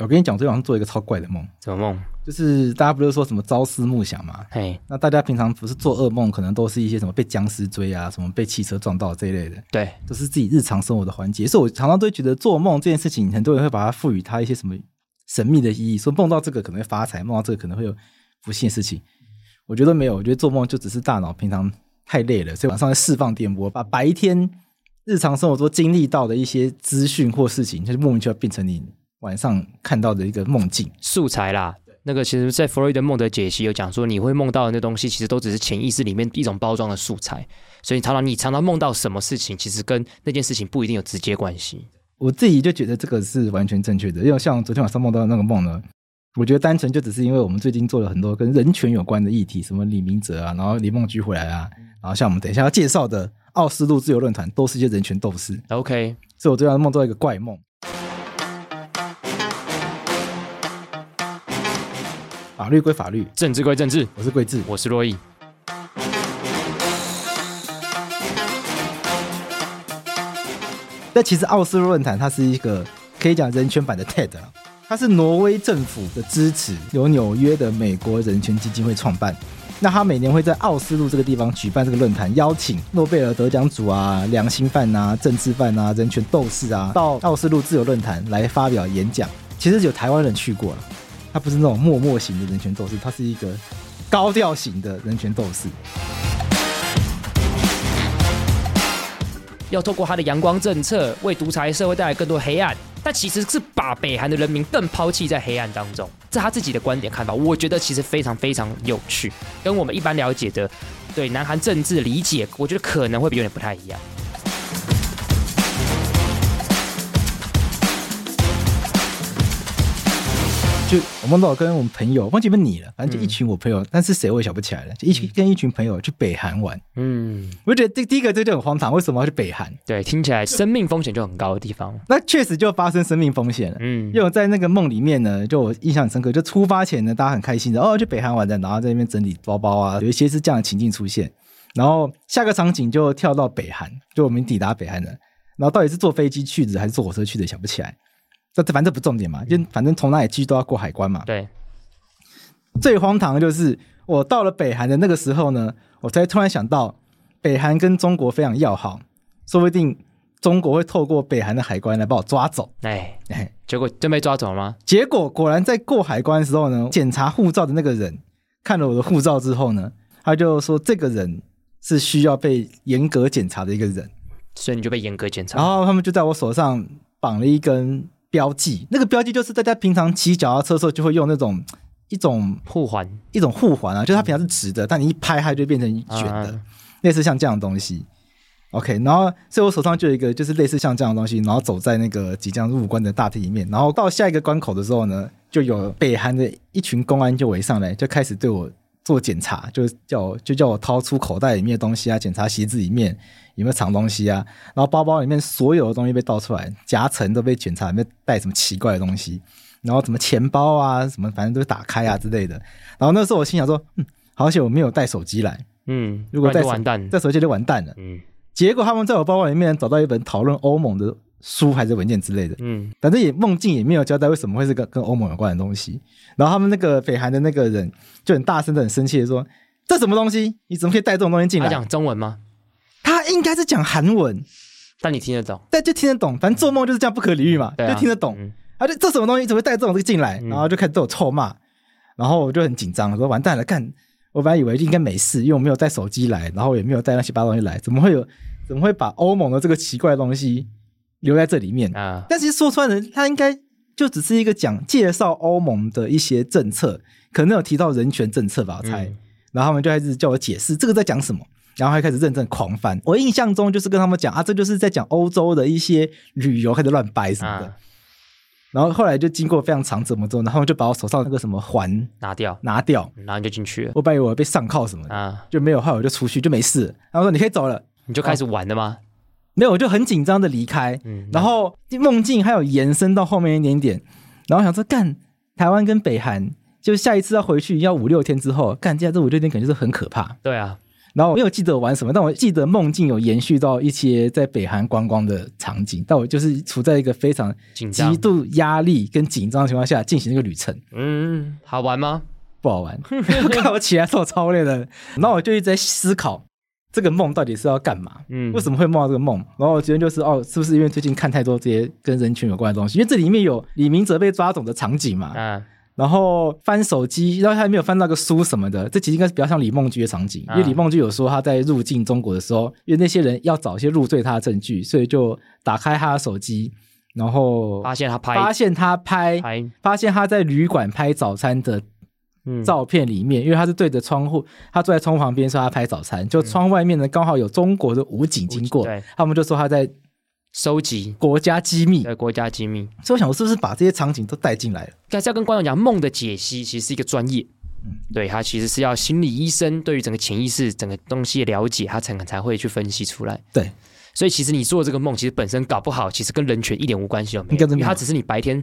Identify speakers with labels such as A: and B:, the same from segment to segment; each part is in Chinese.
A: 我跟你讲，昨天晚上做一个超怪的梦，
B: 怎么梦？
A: 就是大家不是说什么朝思暮想嘛？
B: 嘿，
A: 那大家平常不是做噩梦，可能都是一些什么被僵尸追啊，什么被汽车撞到这一类的，
B: 对，
A: 都是自己日常生活的环节。所以我常常都会觉得做梦这件事情，很多人会把它赋予它一些什么神秘的意义，说梦到这个可能会发财，梦到这个可能会有不幸的事情。我觉得没有，我觉得做梦就只是大脑平常太累了，所以晚上在释放电波，把白天日常生活中经历到的一些资讯或事情，就是莫名其妙变成你晚上看到的一个梦境。
B: 素材啦。那个其实，在弗洛伊德梦的解析有讲说，你会梦到的那东西，其实都只是潜意识里面一种包装的素材。所以常常你常常梦到什么事情，其实跟那件事情不一定有直接关系。
A: 我自己就觉得这个是完全正确的，因为像昨天晚上梦到的那个梦呢，我觉得单纯就只是因为我们最近做了很多跟人权有关的议题，什么李明哲啊，然后李梦菊回来啊，然后像我们等一下要介绍的奥斯陆自由论坛，都是一些人权斗士，
B: OK，
A: 所以我昨天晚上梦到一个怪梦。法律归法律，
B: 政治归政治，
A: 我是桂智，
B: 我是洛伊。
A: 但其实奥斯陆论坛它是一个可以讲人权版的 TED，啊它是挪威政府的支持，由纽约的美国人权基金会创办。那它每年会在奥斯陆这个地方举办这个论坛，邀请诺贝尔得奖组啊、良心犯啊、政治犯啊、人权斗士啊，到奥斯陆自由论坛来发表演讲。其实有台湾人去过了，他不是那种默默型的人权斗士，他是一个高调型的人权斗士。
B: 要透过他的阳光政策，为独裁社会带来更多黑暗。但其实是把北韩的人民更抛弃在黑暗当中，这他自己的观点看法，我觉得其实非常非常有趣，跟我们一般了解的对南韩政治理解，我觉得可能会有点不太一样。
A: 就我梦到我跟我们朋友，忘记问你了，反正就一群我朋友，但是谁我也想不起来了，就一群跟一群朋友去北韩玩，
B: 嗯，
A: 我就觉得第第一个这就很荒唐，为什么要去北韩？
B: 对，听起来生命风险就很高的地方。
A: 那确实就发生生命风险了。
B: 嗯
A: 因为我在那个梦里面呢，就我印象很深刻，就出发前呢，大家很开心的哦，去北韩玩的，然后在那边整理包包啊，有一些是这样的情境出现。然后下个场景就跳到北韩，就我们抵达北韩了。然后到底是坐飞机去的还是坐火车去的，想不起来。这这反正这不重点嘛，就反正从哪里去都要过海关嘛。
B: 对，
A: 最荒唐的就是我到了北韩的那个时候呢，我才突然想到，北韩跟中国非常要好，说不定中国会透过北韩的海关来把我抓走。
B: 哎，
A: 哎，
B: 结果真被抓走了吗？
A: 结果果然在过海关的时候呢，检查护照的那个人看了我的护照之后呢，他就说这个人是需要被严格检查的一个人，
B: 所以你就被严格检
A: 然
B: 查。
A: 后他们就在我手上绑了一根标记，那个标记就是大家平常骑脚踏车的时候就会用那种一种
B: 护环
A: 一种护环啊，就是它平常是直的，但你一拍它就变成卷的，
B: 嗯
A: 类似像这样的东西。OK，然后所以我手上就有一个就是类似像这样的东西，然后走在那个即将入关的大厅里面，然后到下一个关口的时候呢，就有北韩的一群公安就围上来，就开始对我做检查，就叫我就叫我掏出口袋里面的东西啊，检查鞋子里面有没有藏东西啊，然后包包里面所有的东西被倒出来，夹层都被检查，里面带什么奇怪的东西，然后什么钱包啊，什么反正都打开啊之类的，然后那时候我心想说，嗯，好险我没有带手机来，
B: 嗯，
A: 如果
B: 不然
A: 带
B: 就
A: 手
B: 完蛋。
A: 带手机就完蛋了。
B: 嗯
A: 结果他们在我包包里面找到一本讨论欧盟的书还是文件之类的，
B: 嗯，
A: 反正也梦境也没有交代为什么会是个跟欧盟有关的东西。然后他们那个北韩的那个人就很大声的、很生气的说：“这什么东西？你怎么可以带这种东西进
B: 他
A: 来？”
B: 讲中文吗？
A: 他应该是讲韩文，
B: 但你听得懂？
A: 但就听得懂。反正做梦就是这样不可理喻嘛，
B: 对啊
A: 就听得懂。
B: 嗯
A: 啊，就这什么东西怎么会带这种东西进来？
B: 嗯
A: 然后就开始对我臭骂，然后我就很紧张，我说完蛋了，干！我本来以为应该没事，因为我没有带手机来，然后也没有带那些八东西来，怎么会有？怎么会把欧盟的这个奇怪的东西留在这里面？
B: 啊，
A: 但其实说穿了，它应该就只是一个讲介绍欧盟的一些政策，可能有提到人权政策吧，我猜。
B: 嗯
A: 然后他们就开始叫我解释这个在讲什么，然后还开始认真狂翻。我印象中就是跟他们讲啊，这就是在讲欧洲的一些旅游，开始乱掰什么的。
B: 啊，
A: 然后后来就经过非常长折磨之后，然后就把我手上那个什么环
B: 拿掉，
A: 拿掉，
B: 然后你就进去了。
A: 我本以为我被上铐什么的，
B: 啊，
A: 就没有，后来我就出去就没事了。然后说你可以走了，
B: 你就开始玩了吗？
A: 没有，我就很紧张的离开。
B: 嗯，
A: 然后梦境还有延伸到后面一点点，然后想说干台湾跟北韩，就下一次要回去要五六天之后，干，这样这五六天感觉是很可怕。
B: 对啊，
A: 然后我没有记得我玩什么，但我记得梦境有延续到一些在北韩观光的场景，但我就是处在一个非常
B: 紧张
A: 极度压力跟紧张的情况下进行这个旅程，
B: 嗯，好玩吗？
A: 不好 玩。 我看我起来之后超累的，然后我就一直在思考这个梦到底是要干嘛。
B: 嗯，
A: 为什
B: 么？
A: 么会梦到这个梦？然后我觉得就是哦，是不是因为最近看太多这些跟人群有关的东西？因为这里面有李明哲被抓走的场景嘛，
B: 嗯
A: 然后翻手机，然后他还没有翻到个书什么的，这其实应该是比较像李梦居的场景，因为
B: 啊
A: 李梦居有说他在入境中国的时候，因为那些人要找一些入罪他的证据，所以就打开他的手机，然后
B: 发现他拍
A: 发现他拍
B: 拍
A: 发现他在旅馆拍早餐的
B: 嗯
A: 照片里面，因为他是对着窗户，他坐在窗户旁边说他拍早餐，就窗外面呢刚好有中国的武警经过
B: 嗯对，
A: 他们就说他在
B: 收集
A: 国家机密，
B: 对国家机密。
A: 所以我想我是不是把这些场景都带进来了？
B: 但是要跟观众讲，梦的解析其实是一个专业，对他其实是要心理医生对于整个潜意识、整个东西的了解，他才能才会去分析出来。
A: 对，
B: 所以其实你做这个梦，其实本身搞不好，其实跟人权一点无关系都没
A: 应该
B: 有，
A: 真的
B: 因为它
A: 没有
B: 只是你白天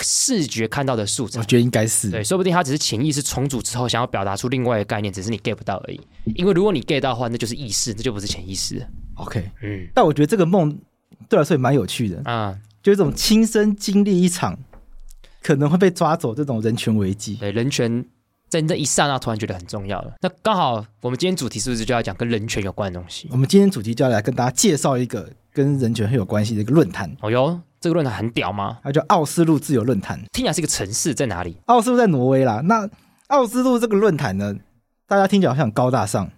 B: 视觉看到的素材
A: 我。觉得应该是
B: 对，说不定他只是潜意识重组之后想要表达出另外一个概念，只是你 get 不到而已。因为如果你 get 到的话，那就是意识，这就不是潜意识。
A: OK。
B: 嗯
A: 但我觉得这个梦对我来说也蛮有趣的，
B: 啊，
A: 就是这种亲身经历一场可能会被抓走这种人权危机。
B: 对，人权在那一刹那突然觉得很重要了。那刚好我们今天主题是不是就要讲跟人权有关的东西？
A: 我们今天主题就要来跟大家介绍一个跟人权很有关系的一个论坛，
B: 哦哟，这个论坛很屌吗？
A: 它叫奥斯陆自由论坛。
B: 听起来是一个城市，在哪里？
A: 奥斯陆在挪威啦。那奥斯陆这个论坛呢，大家听起来好像很高大上，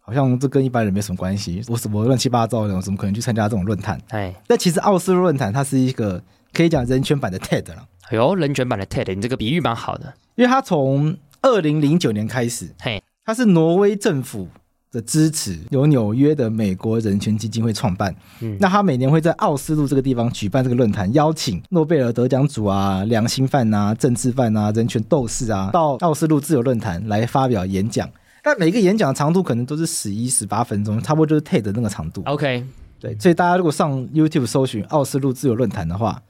A: 好像这跟一般人没什么关系。我什么乱七八糟的，我怎么可能去参加这种论坛？
B: 哎，
A: 但其实奥斯陆论坛它是一个可以讲人权版的 TED 了，
B: 哎呦，人权版的 TED，你这个比喻蛮好的。
A: 因为它从二零零九年开始，
B: 嘿，
A: 它是挪威政府的支持，由纽约的美国人权基金会创办。
B: 嗯
A: 那它每年会在奥斯陆这个地方举办这个论坛，邀请诺贝尔得奖组啊、良心犯啊、政治犯啊、人权斗士啊，到奥斯陆自由论坛来发表演讲。但每个演讲的长度可能都是十一、十八分钟，差不多就是 TED 那个长度。
B: OK，
A: 对，所以大家如果上 YouTube 搜寻奥斯陆自由论坛的话，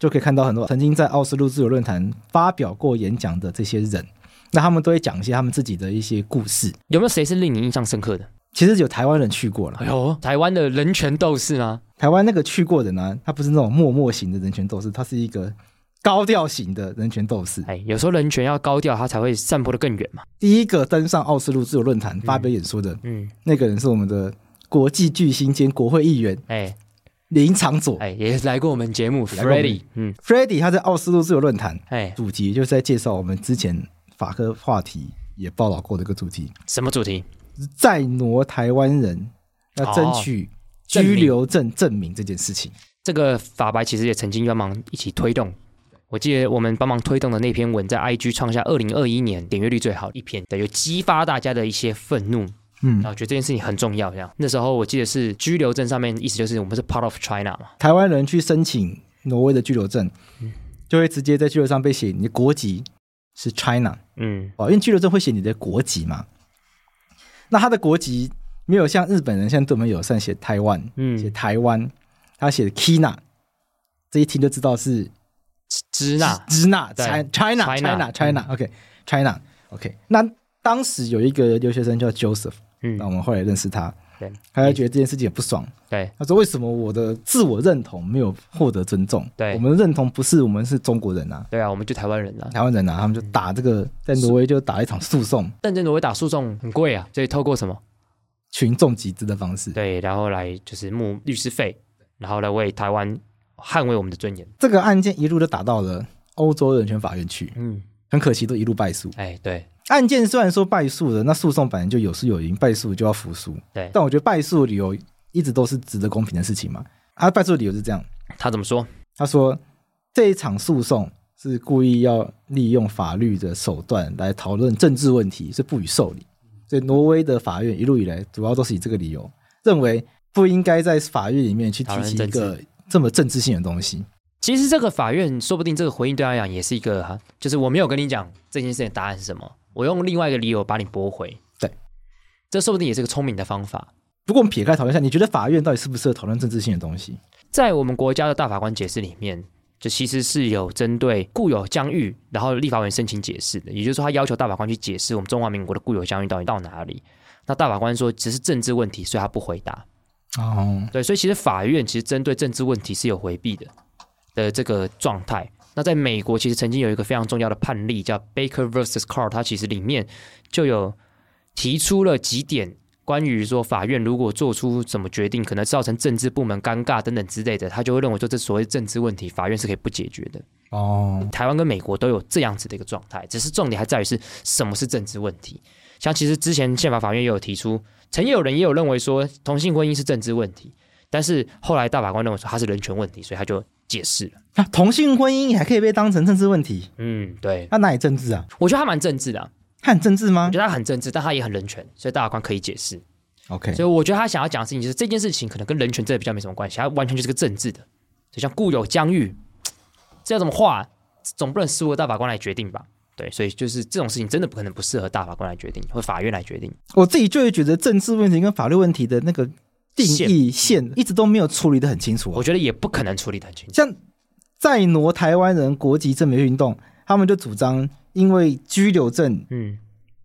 A: 就可以看到很多曾经在奥斯陆自由论坛发表过演讲的这些人，那他们都会讲一些他们自己的一些故事。
B: 有没有谁是令你印象深刻的？
A: 其实有台湾人去过了
B: 哎，呦，台湾的人权斗士吗？
A: 台湾那个去过的呢，他不是那种默默型的人权斗士，他是一个高调型的人权斗士。
B: 哎，有时候人权要高调，它才会散播的更远嘛。
A: 第一个登上奥斯陆自由论坛发表演说的、
B: 嗯，
A: 那个人是我们的国际巨星兼国会议员
B: 哎
A: 林长佐。
B: 哎，也来过我们节目
A: 来过我们
B: ，Freddy，嗯，
A: f r e d d y 他在奥斯陆自由论坛
B: 哎，
A: 主题就是在介绍我们之前法科话题也报道过的一个主题，
B: 什么主题？
A: 在挪台湾人要争取
B: 证明
A: 居留哦证证明这件事情。
B: 这个法白其实也曾经帮忙一起推动。我记得我们帮忙推动的那篇文，在 IG 创下二零二一年点阅率最好的一篇，对，有激发大家的一些愤怒，
A: 嗯
B: 然，后觉得这件事情很重要。这样，那时候我记得是居留证上面意思就是我们是 part of China 嘛，
A: 台湾人去申请挪威的居留证，就会直接在居留上被写你的国籍是 China
B: 嗯，
A: 哦，因为居留证会写你的国籍嘛。那他的国籍没有像日本人像对我们友善写台湾，
B: 嗯
A: 写台湾，他写 Kina，这一听就知道是
B: 支那，
A: 支那
B: 对
A: China China China
B: China，嗯
A: China OK China OK。那当时有一个留学生叫 Joseph，
B: 嗯
A: 那我，们后来认识他，
B: 对
A: 他就觉得这件事情很不爽。
B: 对，
A: 他说：“为什么我的自我认同没有获得尊重？
B: 对
A: 我们认同不是我们是中国人啊，
B: 对啊，我们就台湾人啊。
A: 台湾人啊，他们就打这个在挪威就打了一场诉讼，
B: 但在挪威打诉讼很贵啊，所以透过什么？
A: 群众集资的方式。
B: 对，然后来就是募律师费，然后来为台湾捍卫我们的尊严。
A: 这个案件一路就打到了欧洲人权法院去，
B: 嗯，
A: 很可惜都一路败诉。
B: 哎，对，
A: 案件虽然说败诉了，那诉讼本来就有输有赢，败诉就要服输。
B: 对
A: 但我觉得败诉的理由一直都是值得公平的事情嘛。他败诉的理由是这样，
B: 他怎么说？
A: 他说这一场诉讼是故意要利用法律的手段来讨论政治问题，是不予受理。所以挪威的法院一路以来主要都是以这个理由，认为不应该在法律里面去提起一
B: 讨
A: 个这么政治性的东西。
B: 其实这个法院说不定这个回应对他来讲也是一个哈，就是我没有跟你讲这件事情的答案是什么，我用另外一个理由把你驳回。
A: 对，
B: 这说不定也是个聪明的方法。
A: 不过我们撇开讨论一下，你觉得法院到底适不适合讨论政治性的东西？
B: 在我们国家的大法官解释里面，就其实是有针对固有疆域，然后立法委员申请解释的，也就是说他要求大法官去解释我们中华民国的固有疆域到底到哪里。那大法官说只是政治问题，所以他不回答。
A: 哦，
B: 对，所以其实法院其实针对政治问题是有回避的的这个状态。那在美国，其实曾经有一个非常重要的判例叫 Baker versus Carr，它其实里面就有提出了几点关于说法院如果做出什么决定，可能造成政治部门尴尬等等之类的，他就会认为说这所谓政治问题，法院是可以不解决的。
A: 哦，
B: 台湾跟美国都有这样子的一个状态，只是重点还在于是什么是政治问题。像其实之前宪法法院也有提出，曾经有人也有认为说同性婚姻是政治问题，但是后来大法官认为说它是人权问题，所以他就解释了。
A: 啊，同性婚姻还可以被当成政治问题，
B: 嗯，对，
A: 那哪里政治啊？
B: 我觉得他蛮政治的啊、
A: 它很政治吗
B: 我觉得他很政治，但他也很人权，所以大法官可以解释。
A: ？OK，
B: 所以我觉得他想要讲的事情就是这件事情可能跟人权真的比较没什么关系，它完全就是个政治的。就像固有疆域，这要怎么画，总不能是由大法官来决定吧？对，所以就是这种事情真的不可能不适合大法官来决定，或法院来决定。
A: 我自己就会觉得政治问题跟法律问题的那个定义
B: 嗯
A: 线一直都没有处理的很清楚、
B: 我
A: 啊。
B: 觉得也不可能处理得很清楚。
A: 像在挪台湾人国籍正美运动，他们就主张，因为居留证
B: 嗯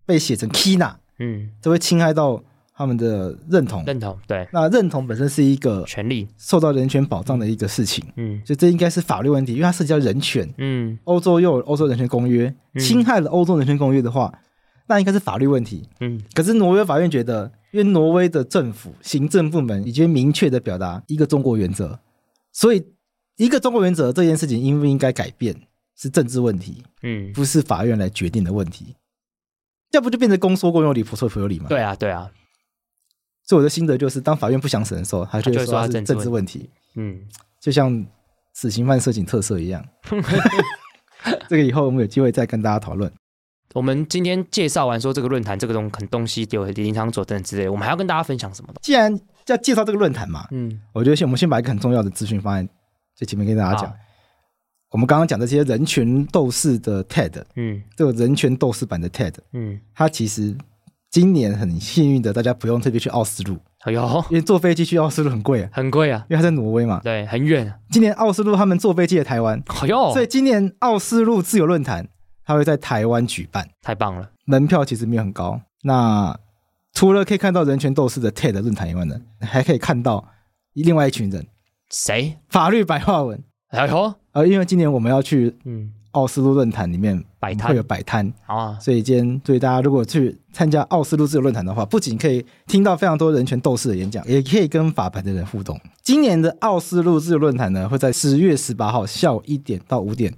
A: 被写成 Kina，
B: 嗯，
A: 这会侵害到他们的认同。
B: 认同对
A: 那认同本身是一个
B: 权利。
A: 受到人权保障的一个事情，
B: 嗯
A: 所以这应该是法律问题，因为它涉及到人权。
B: 嗯
A: 欧洲又有欧洲人权公约，
B: 嗯
A: 侵害了欧洲人权公约的话，那应该是法律问题。
B: 嗯
A: 可是挪威法院觉得，因为挪威的政府行政部门已经明确的表达一个中国原则，所以一个中国原则这件事情应不应该改变是政治问题，
B: 嗯，
A: 不是法院来决定的问题。要不就变成公说公有理，婆说婆有理嘛。
B: 对啊对啊，
A: 所以我的心得就是，当法院不想审的时候，他就
B: 他
A: 会
B: 就会
A: 说它
B: 说它
A: 是
B: 政
A: 政
B: 治
A: 治问题，
B: 嗯，
A: 就像死刑犯色情特色一样。这个以后我们有机会再跟大家讨论。
B: 我们今天介绍完说这个论坛这个东很东西有林场佐等等之类，我们还要跟大家分享什么的？
A: 既然要介绍这个论坛嘛，
B: 嗯，
A: 我觉得先我们先把一个很重要的资讯放在最前面跟大家讲。
B: 好
A: 我们刚刚讲这些人权斗士的 TED，
B: 嗯
A: 这个人权斗士版的 TED，
B: 嗯，
A: 它其实今年很幸运的，大家不用特别去奥斯陆，
B: 哎呦，
A: 因为坐飞机去奥斯陆很贵啊，
B: 很贵啊。
A: 因为它在挪威嘛。
B: 对，很远。
A: 今年奥斯陆他们坐飞机来台湾，
B: 哎呦，
A: 所以今年奥斯陆自由论坛它会在台湾举办，
B: 太棒了！
A: 门票其实没有很高。那除了可以看到人权斗士的 TED 论坛以外呢，还可以看到另外一群人
B: 谁？
A: 法律白话文。
B: 哎呦，
A: 呃，因为今年我们要去
B: 嗯，
A: 奥斯陆论坛里面
B: 摆摊
A: 会有摆摊，
B: 啊，
A: 所以今天对大家如果去参加奥斯陆自由论坛的话，不仅可以听到非常多人权斗士的演讲，也可以跟法白的人互动。今年的奥斯陆自由论坛呢，会在十月十八号下午一点到五点，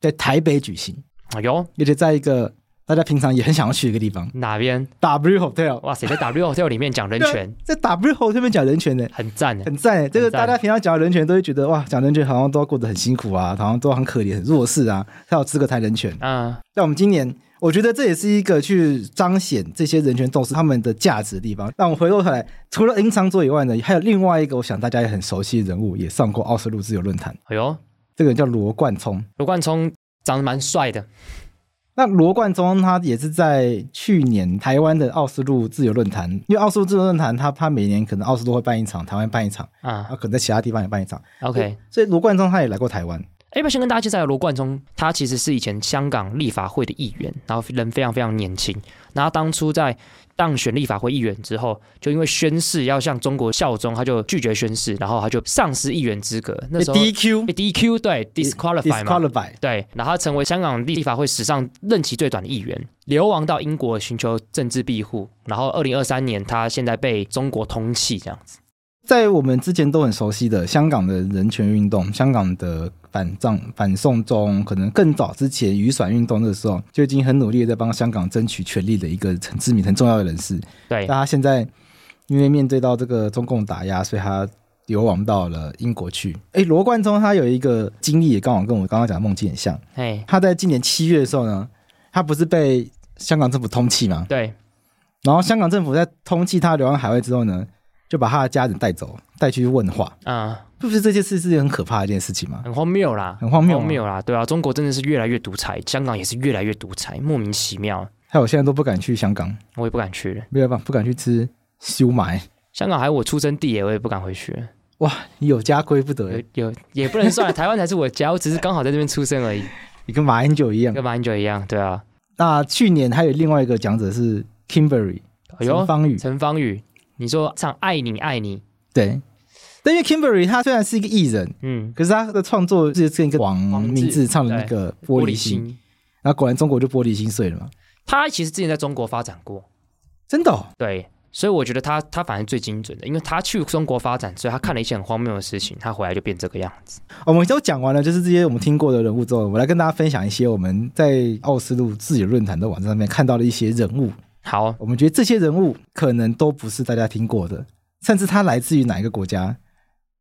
A: 在台北举行，
B: 哎呦，
A: 而且在一个大家平常也很想要去的一个地方
B: 哪边？
A: ，W Hotel。
B: 哇塞，在 W Hotel 里面讲人权，
A: 在 W Hotel 这边讲人权呢，
B: 很赞啊耶
A: 很赞欸！这个
B: 很
A: 大
B: 赞
A: 家平常讲人权都会觉得哇，讲人权好像都要过得很辛苦啊，好像都很可怜、很弱势啊，才有资格谈人权。
B: 嗯，
A: 那我们今年，我觉得这也是一个去彰显这些人权斗士他们的价值的地方。那我们回过头来，除了林长佐以外呢，还有另外一个我想大家也很熟悉的人物，也上过奥斯陆自由论坛，
B: 哎呦，
A: 这个人叫罗贯聪。
B: 罗贯聪长得蛮帅的，
A: 那罗贯聪他也是在去年台湾的奥斯陆自由论坛，因为奥斯陆自由论坛他他每年可能奥斯陆会办一场，台湾办一场，然
B: 啊
A: 后可能在其他地方也办一场，
B: ，OK。
A: 所以罗贯聪他也来过台湾。
B: 哎，要不要先跟大家介绍一下罗贯聪，他其实是以前香港立法会的议员，然后人非常非常年轻。然后当初在当选立法会议员之后，就因为宣誓要向中国效忠，他就拒绝宣誓，然后他就丧失议员资格。那时候
A: 被 DQ
B: 被 DQ 对 disqualify 嘛，
A: disqualify
B: 对，然后他成为香港立法会史上任期最短的议员，流亡到英国寻求政治庇护，然后二零二三年他现在被中国通缉这样子。
A: 在我们之前都很熟悉的香港的人权运动、香港的反藏反送中，可能更早之前雨伞运动的时候，就已经很努力地在帮香港争取权利的一个很知名、很重要的人士。
B: 对
A: 但，他现在因为面对到这个中共打压，所以他流亡到了英国去。诶，罗贯聪他有一个经历，也刚好跟我刚刚讲的梦境很像。
B: 哎，
A: 他在今年七月的时候呢，他不是被香港政府通缉吗？
B: 对，
A: 然后香港政府在通缉他流亡海外之后呢，就把他的家人带走，带去问话。
B: 嗯，
A: 不是这件事是很可怕的一件事情吗？
B: 很荒谬啦，
A: 很荒谬啊
B: 荒谬啦，对啊，中国真的是越来越独裁，香港也是越来越独裁，莫名其妙，
A: 还有我现在都不敢去香港，
B: 我也不敢去了。
A: 没有办法，不敢去吃修埋。
B: 香港还有我出生地耶，我也不敢回去了。
A: 哇，你 有家归不得，
B: 有有也不能 算，啊台湾才是我家，我只是刚好在这边出生而已，
A: 你跟马英九一样。
B: 跟马英九一样，对啊。
A: 那去年还有另外一个讲者是 Kimberly，
B: 哎呦
A: 陈芳宇
B: 陈芳宇，你说唱《爱你爱你》，
A: 对。但因为 Kimberly 她虽然是一个艺人，
B: 嗯，
A: 可是她的创作是跟一个王
B: 王
A: 明
B: 志
A: 志唱的那个《玻璃心》，
B: 心，
A: 然后果然中国就玻璃心碎了嘛，
B: 他其实之前在中国发展过，
A: 真的、哦。
B: 对，所以我觉得他他反而最精准的，因为他去中国发展，所以他看了一些很荒谬的事情，他回来就变这个样子。
A: 我们都讲完了，就是这些我们听过的人物之后，我来跟大家分享一些我们在奥斯陆自由论坛的网站上面看到的一些人物。
B: 好，
A: 我们觉得这些人物可能都不是大家听过的，甚至他来自于哪一个国家，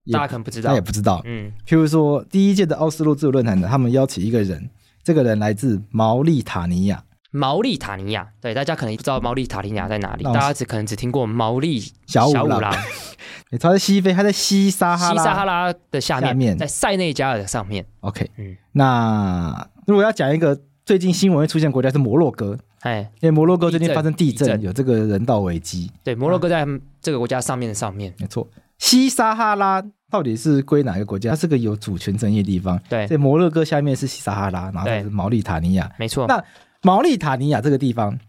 A: 也
B: 大家可能不知
A: 大家
B: 道
A: 也，不知道。
B: 嗯，
A: 譬如说，第一届的奥斯陆自由论坛呢，他们邀请一个人，这个人来自毛利塔尼亚
B: 毛利塔尼亚，对，大家可能不知道毛利塔尼亚在哪里，
A: 那我
B: 大家只可能只听过毛利
A: 小五
B: 五
A: 郎，
B: 郎，
A: 诶他在西非，他在西撒哈
B: 西
A: 拉。
B: 撒哈拉的下面，
A: 下面
B: 在塞内加尔的上面，
A: OK，
B: 嗯
A: 那如果要讲一个最近新闻会出现的国家是摩洛哥，
B: 哎，
A: 因为摩洛哥最近发生地
B: 地震
A: 震，
B: 地
A: 有这个人道危机。
B: 对，摩洛哥在这个国家上面的上面，
A: 没错，西撒哈拉到底是归哪个国家？它是个有主权争议的地方。
B: 对
A: 所，以摩洛哥下面是西撒哈拉，然后它
B: 对
A: 是毛利塔尼亚。
B: 没错，
A: 那毛利塔尼亚这个地方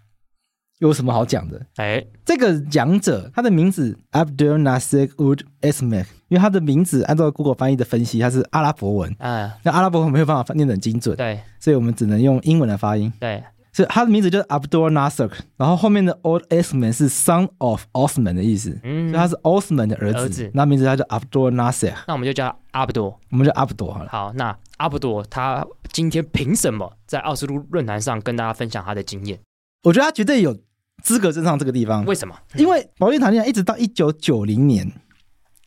A: 有什么好讲的？
B: 哎，
A: 这个讲者他的名字 Abdel Nasser Ud Esmek，因为他的名字按照 Google 翻译的分析，他是阿拉伯文。
B: 啊，
A: 那阿拉伯文没有办法念得很精准，
B: 对
A: 所以我们只能用英文来发音。
B: 对，
A: 所以他的名字就是
B: 嗯
A: Abdul Nasser，然后后面的 Old Esman 是 Son of Osman 的意思，
B: 嗯
A: 所以他是啊 Osman 的儿子。
B: 儿子
A: 那名字他叫 Abdul Nasser，
B: 那我们就叫阿布多。
A: 我们叫阿布多好了。
B: 好，那阿布多他今天凭什么在奥斯陆论坛上跟大家分享他的经验？
A: 我觉得他绝对有资格站上这个地方，
B: 为什么？
A: 因为保利塔尼亚一直到一九九零年，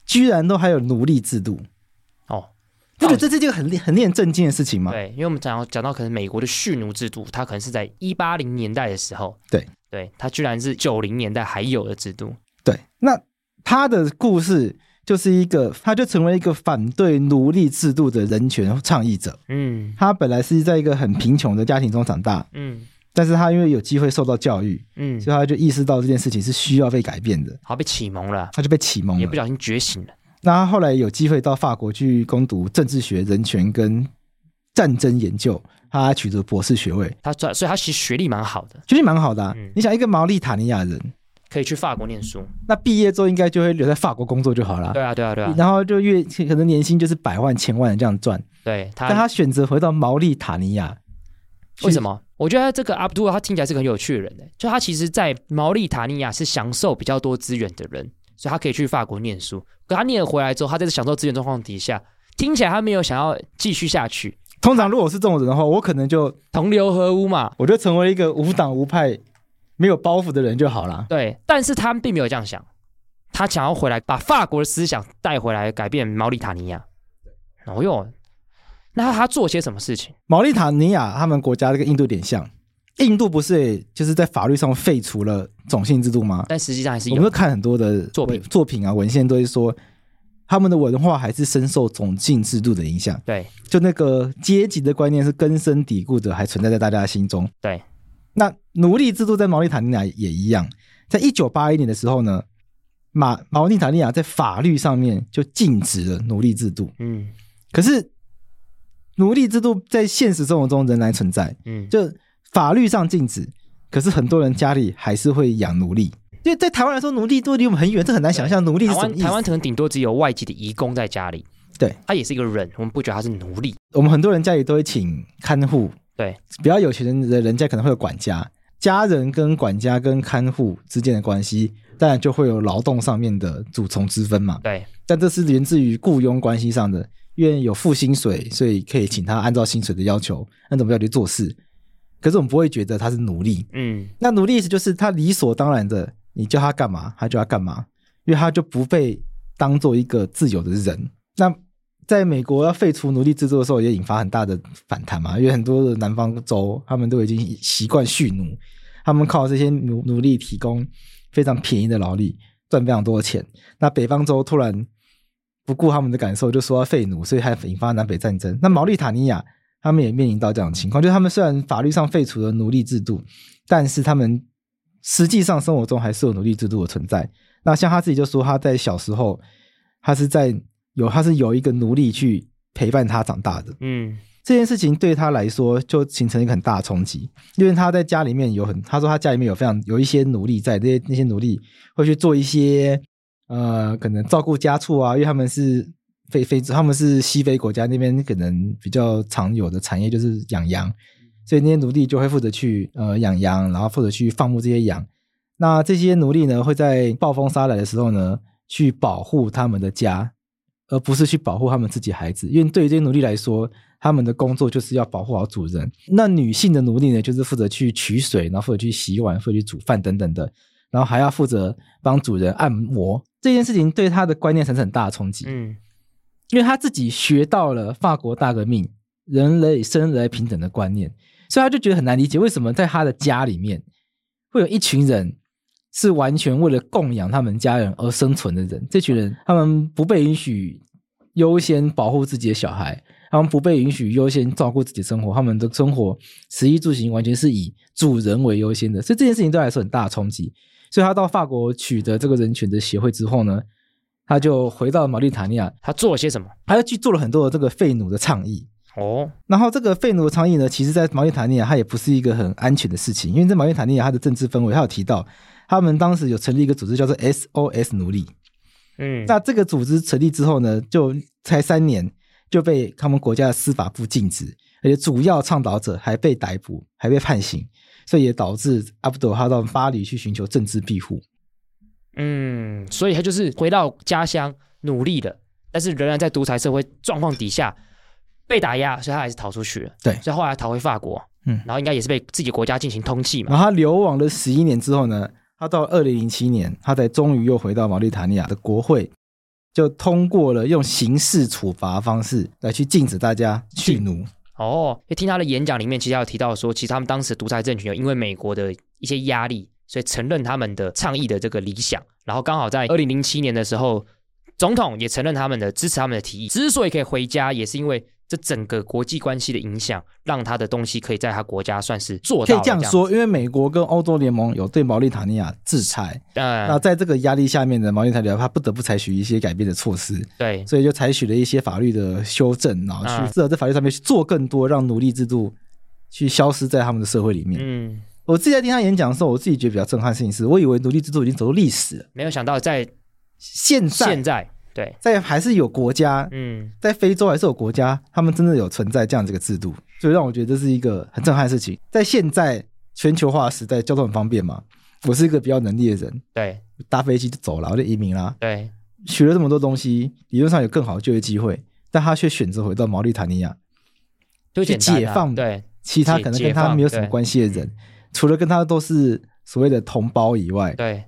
A: 居然都还有奴隶制度。
B: 哦，
A: 不觉得这是一个很令很令人震惊的事情吗？
B: 对，因为我们讲讲到可能美国的蓄奴制度，它可能是在一八零年代的时候，
A: 对，
B: 对，它居然是九零年代还有的制度，
A: 对，那他的故事就是一个，他就成为一个反对奴隶制度的人权倡议者。
B: 嗯
A: 他本来是在一个很贫穷的家庭中长大，
B: 嗯
A: 但是他因为有机会受到教育，
B: 嗯，
A: 所以他就意识到这件事情是需要被改变的，
B: 好被启蒙了，
A: 他就被启蒙
B: 嗯也
A: 了
B: 不。小心觉醒了，
A: 那他后来有机会到法国去攻读政治学、人权跟战争研究，他取得博士学位，
B: 他所所以他其实学历蛮好的，
A: 其实蛮好的、啊
B: 嗯。
A: 你想，一个毛利塔尼亚人，
B: 可以去法国念书，
A: 那毕业之后应该就会留在法国工作就好了
B: 对。啊对啊对啊，
A: 然后就月可能年薪就是百万、千万这样赚，
B: 对
A: 但
B: 他
A: 他选择回到毛利塔尼亚，
B: 为什么？我觉得这个阿布杜他听起来是个很有趣的人呢，就他其实，在毛利塔尼亚是享受比较多资源的人，所以他可以去法国念书。可他念了回来之后，他在这享受资源状况底下，听起来他没有想要继续下去，
A: 通常如果是这种人的话，我可能就
B: 同流合污嘛。
A: 我就成为一个无党无派、没有包袱的人就好了。
B: 对，但是他并没有这样想，他想要回来把法国的思想带回来，改变毛利塔尼亚。哦哟，那他做些什么事情？
A: 毛利塔尼亚他们国家跟印度有点像，印度不是也就是在法律上废除了种姓制度吗？
B: 但实际上还是
A: 我们
B: 有
A: 会看很多的
B: 作品
A: 文作品啊文献都会说，他们的文化还是深受种姓制度的影响，
B: 对
A: 就那个阶级的观念是根深蒂固的，还存在在大家的心中。
B: 对，
A: 那奴隶制度在毛利塔尼亚也一样，在一九八一年的时候呢，马毛利塔尼亚在法律上面就禁止了奴隶制度，
B: 嗯
A: 可是奴隶制度在现实生活中仍然存在，
B: 嗯，
A: 就法律上禁止，可是很多人家里还是会养奴隶。因为在台湾来说，奴隶都离我们很远，这很难想象奴隶是
B: 台
A: 什么
B: 湾
A: 意思。
B: 台湾可能顶多只有外籍的移工在家里，
A: 对
B: 他也是一个人，我们不觉得他是奴隶。
A: 我们很多人家里都会请看护，
B: 对，
A: 比较有钱人的人家可能会有管家，家人跟管家跟看护之间的关系，当然就会有劳动上面的主从之分嘛。
B: 对
A: 但这是源自于雇佣关系上的，因为有付薪水，所以可以请他按照薪水的要求，按照我们要求做事。可是我们不会觉得他是奴隶，
B: 嗯，
A: 那奴隶意思就是他理所当然的，你叫他干嘛，他就要干嘛，因为他就不被当做一个自由的人。那在美国要废除奴隶制度的时候，也引发很大的反弹嘛，因为很多的南方州他们都已经习惯蓄奴，他们靠这些奴奴隶提供非常便宜的劳力，赚非常多的钱。那北方州突然不顾他们的感受，就说要废奴，所以还引发南北战争。那毛利塔尼亚他们也面临到这样的情况，就是他们虽然法律上废除了奴隶制度，但是他们实际上生活中还是有奴隶制度的存在。那像他自己就说，他在小时候，他是在有他是有一个奴隶去陪伴他长大的，
B: 嗯，
A: 这件事情对他来说就形成一个很大的冲击，因为他在家里面有很，他说他家里面有非常有一些奴隶在，那些那些奴隶会去做一些呃，可能照顾家畜啊，因为他们是非非他们是西非国家那边可能比较常有的产业就是养羊，所以那些奴隶就会负责去呃养羊，然后负责去放牧这些羊。那这些奴隶呢，会在暴风杀来的时候呢，去保护他们的家，而不是去保护他们自己孩子。因为对于这些奴隶来说，他们的工作就是要保护好主人。那女性的奴隶呢，就是负责去取水，然后负责去洗碗，负责去煮饭等等的，然后还要负责帮主人按摩。这件事情对他的观念产生很大的冲击，
B: 嗯，
A: 因为他自己学到了法国大革命人类与生来平等的观念，所以他就觉得很难理解为什么在他的家里面会有一群人是完全为了供养他们家人而生存的人。这群人他们不被允许优先保护自己的小孩，他们不被允许优先照顾自己的生活，他们的生活食衣住行完全是以主人为优先的，所以这件事情对他来说很大的冲击。所以他到法国取得这个人权的协会之后呢，他就回到毛利塔尼亚，
B: 他做了些什么？
A: 他就去做了很多的这个废奴的倡议。
B: 哦，
A: 然后这个废奴的倡议呢，其实在毛里塔尼亚它也不是一个很安全的事情，因为在毛里塔尼亚它的政治氛围，它有提到他们当时有成立一个组织叫做 SOS 奴隶。
B: 嗯，
A: 那这个组织成立之后呢，就才三年就被他们国家的司法部禁止，而且主要倡导者还被逮捕，还被判刑，所以也导致阿卜杜哈到巴黎去寻求政治庇护。
B: 嗯，所以他就是回到家乡努力了，但是仍然在独裁社会状况底下被打压，所以他还是逃出去了。
A: 对
B: 所以后来逃回法国，
A: 嗯
B: 然后应该也是被自己国家进行通缉嘛。
A: 然后他流亡了十一年之后呢，他到二零零七年，他才终于又回到毛利塔尼亚的国会，就通过了用刑事处罚方式来去禁止大家蓄奴。
B: 哦，因为听他的演讲里面，其实他有提到说，其实他们当时独裁政权有因为美国的一些压力，所以承认他们的倡议的这个理想。然后刚好在二零零七年的时候，总统也承认他们的支持他们的提议。之所以可以回家，也是因为这整个国际关系的影响，让他的东西可以在他国家算是做
A: 可
B: 到
A: 以
B: 了
A: 这样
B: 样
A: 说，因为美国跟欧洲联盟有对毛利塔尼亚制裁，
B: 嗯，
A: 那在这个压力下面呢，毛利塔尼亚他不得不采取一些改变的措施，
B: 对，
A: 所以就采取了一些法律的修正，然后去至少在法律上面去做更多，让奴隶制度去消失在他们的社会里面。
B: 嗯，
A: 我自己在听他演讲的时候，我自己觉得比较震撼的事情是，我以为奴隶制度已经走入历史了。
B: 没有想到在
A: 现在
B: 现在，对，
A: 在还是有国家，
B: 嗯，
A: 在非洲还是有国家，他们真的有存在这样这个制度，所以让我觉得这是一个很震撼的事情。在现在全球化的时代，交通很方便嘛，我是一个比较能力的人，
B: 对
A: 搭飞机就走了，我就移民啦，
B: 对，
A: 学了这么多东西，理论上有更好的就业机会，但他却选择回到毛利塔尼亚，
B: 就
A: 去
B: 简单啊
A: 解放
B: 对，
A: 其他可能跟他没有什么关系的
B: 解放
A: 人，除了跟他都是所谓的同胞以外，
B: 嗯对，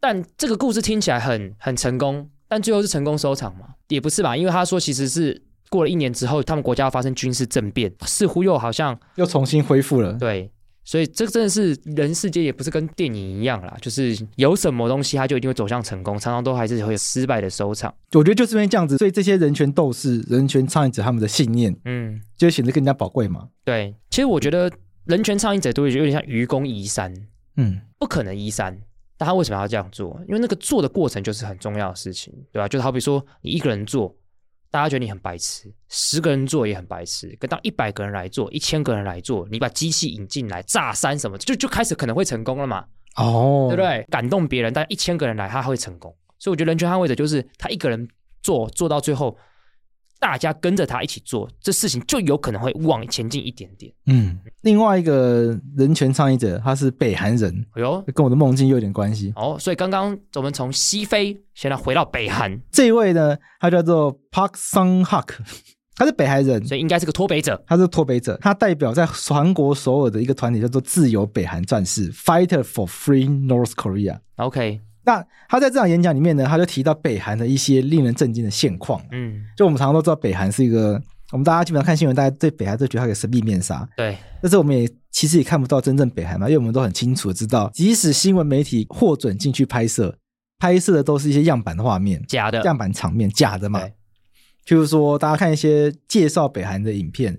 B: 但这个故事听起来很很成功，但最后是成功收场嘛？也不是吧，因为他说其实是过了一年之后，他们国家发生军事政变，似乎又好像
A: 又重新恢复了。
B: 对。所以这真的是人世界也不是跟电影一样啦，就是有什么东西它就一定会走向成功，常常都还是会有失败的收场。
A: 我觉得就是因为这样子，所以这些人权斗士、人权倡议者他们的信念
B: 嗯，
A: 就会显得更加宝贵嘛。
B: 对。其实我觉得人权倡议者都有点像愚公移山，
A: 嗯，
B: 不可能一三，但他为什么要这样做？因为那个做的过程就是很重要的事情，对吧、就好比说你一个人做，大家觉得你很白痴；十个人做也很白痴，跟当一百个人来做，一千个人来做，你把机器引进来炸山什么，就就开始可能会成功了嘛，
A: 哦，
B: 对不对？感动别人，但一千个人来他会成功，所以我觉得人权捍卫者就是他一个人做做到最后。大家跟着他一起做，这事情就有可能会往前进一点点。
A: 嗯，另外一个人权倡议者，他是北韩人，
B: 哎呦，
A: 跟我的梦境又有点关系。
B: 哦，所以刚刚我们从西非现在回到北韩，
A: 这一位呢，他叫做 Park Sun Hak，他 是北韩人，
B: 所以应该是个脱北者。
A: 他是脱北者，他代表在韩国首尔的一个团体叫做自由北韩战士 （Fighter for Free North Korea）。
B: OK，
A: 那他在这场演讲里面呢，他就提到北韩的一些令人震惊的现况。
B: 嗯，
A: 就我们常常都知道，北韩是一个，我们大家基本上看新闻，大家对北韩都觉得它有个神秘面纱。
B: 对，
A: 但是我们也其实也看不到真正北韩嘛，因为我们都很清楚地知道，即使新闻媒体获准进去拍摄，拍摄的都是一些样板画面、
B: 假的，
A: 样板场面，假的嘛
B: 对。
A: 譬如说，大家看一些介绍北韩的影片，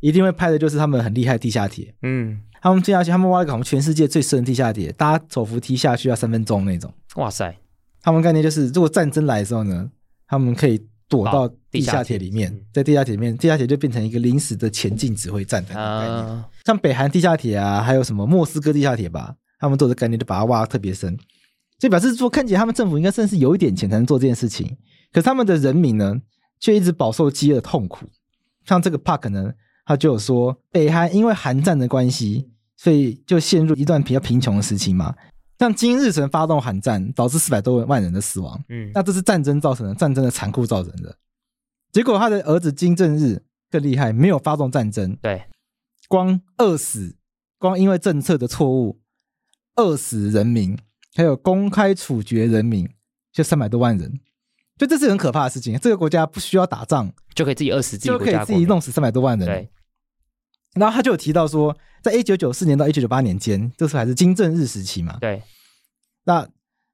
A: 一定会拍的就是他们很厉害的地下铁。
B: 嗯，
A: 他们地下铁，他们挖了一个好像全世界最深的地下铁，大家走扶梯下去要三分钟那种。
B: 哇塞，
A: 他们概念就是，如果战争来的时候呢，他们可以躲到
B: 到
A: 地
B: 地下
A: 下铁
B: 铁
A: 里面
B: 嗯，
A: 在地下铁里面，地下铁就变成一个临时的前进指挥站的那种概念。
B: 啊，
A: 像北韩地下铁啊，还有什么莫斯科地下铁吧，他们做的概念就把它挖得特别深，就表示说，看起来他们政府应该甚至有一点钱才能做这件事情，可是他们的人民呢，却一直饱受饥饿的痛苦。像这个 Park 呢，他就有说，北韩因为韩战的关系，所以就陷入一段比较贫穷的时期嘛。像金日成发动韩战，导致四百多万人的死亡，
B: 嗯，
A: 那这是战争造成的，战争的残酷造成的。结果他的儿子金正日更厉害，没有发动战争，
B: 对，
A: 光饿死，光因为政策的错误饿死人民，还有公开处决人民，就三百多万人，就这是很可怕的事情。这个国家不需要打仗，
B: 就可以自己饿死自己
A: 就
B: 国
A: 可
B: 家
A: 以
B: 的
A: 自
B: 国
A: 己
B: 民，
A: 弄死三百多万人。
B: 对，
A: 然后他就有提到说，在一九九四年到一九九八年间，这时候还是金正日时期嘛，
B: 对，
A: 那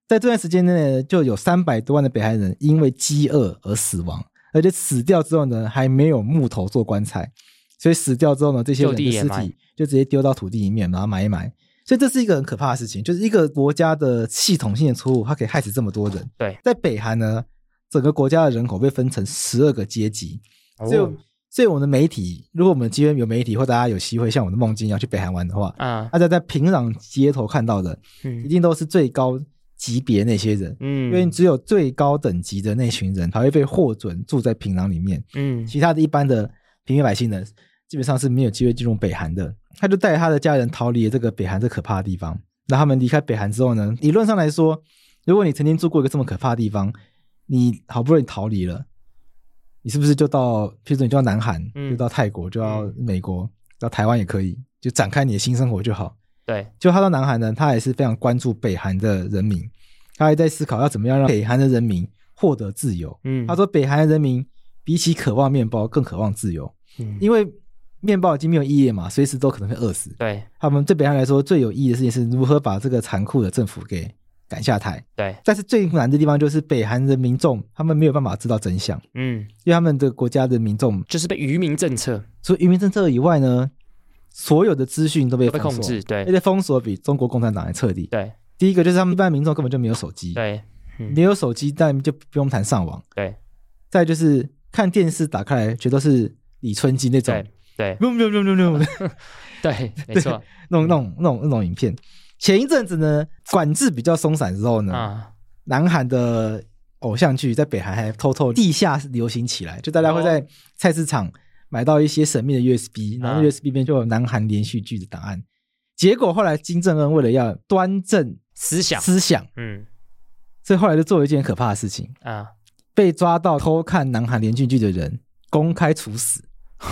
A: 在这段时间内，就有三百多万的北韩人因为饥饿而死亡，而且死掉之后呢，还没有木头做棺材，所以死掉之后呢，这些人
B: 就地
A: 的
B: 掩
A: 尸
B: 埋
A: 体就直接丢到土地里面，然后埋一埋。所以这是一个很可怕的事情，就是一个国家的系统性的错误，它可以害死这么多人。
B: 对，
A: 在北韩呢，整个国家的人口被分成十二个阶级，所以、
B: 哦
A: 所以我们的媒体，如果我们今天有媒体或大家有机会像我的梦境一样去北韩玩的话，
B: 啊，
A: 大家在平壤街头看到的，一
B: 嗯
A: 定都是最高级别那些人，因为
B: 嗯
A: 只有最高等级的那群人才会被获准住在平壤里面，
B: 嗯，
A: 其他的一般的平民百姓呢，基本上是没有机会进入北韩的。他就带他的家人逃离了这个北韩这可怕的地方。那他们离开北韩之后呢，理论上来说，如果你曾经住过一个这么可怕的地方，你好不容易逃离了，你是不是就到，譬如说你就到南韩，
B: 嗯
A: 就到泰国，就到美国，到台湾也可以，就展开你的新生活就好。
B: 对，
A: 就他到南韩呢，他也是非常关注北韩的人民，他也在思考要怎么样让北韩的人民获得自由。
B: 嗯，
A: 他说，北韩的人民比起渴望面包，更渴望自由，
B: 嗯，
A: 因为面包已经没有意义了嘛，随时都可能会饿死。
B: 对
A: 他们对北韩来说，最有意义的事情是如何把这个残酷的政府给赶下台。
B: 对，
A: 但是最难的地方就是北韩的民众，他们没有办法知道真相，
B: 嗯，
A: 因为他们的国家的民众，
B: 就是被渔民政策
A: 除了移民政策以外呢，所有的资讯都被
B: 被
A: 封
B: 控
A: 锁
B: 制，
A: 而
B: 对
A: 且封锁比中国共产党还彻底。
B: 对
A: 第一个就是他们一般民众根本就没有手机，
B: 对
A: 没有手机，但就不用谈上网。
B: 对
A: 再来就是看电视打开来，全都是李春基那种，
B: 对嗯对
A: 不用不用不用不用不用
B: 对，没错
A: 那种那种那种那种影片。前一阵子呢，管制比较松散之后呢，
B: 啊，
A: 南韩的偶像剧在北韩还偷偷地下流行起来，就大家会
B: 哦
A: 在菜市场买到一些神秘的 USB，然后
B: 啊
A: USB 里面就有南韩连续剧的档案。结果后来金正恩为了要端正
B: 思想，
A: 思想，
B: 嗯
A: 所以后来就做了一件可怕的事情。
B: 啊，
A: 被抓到偷看南韩连续剧的人公开处死。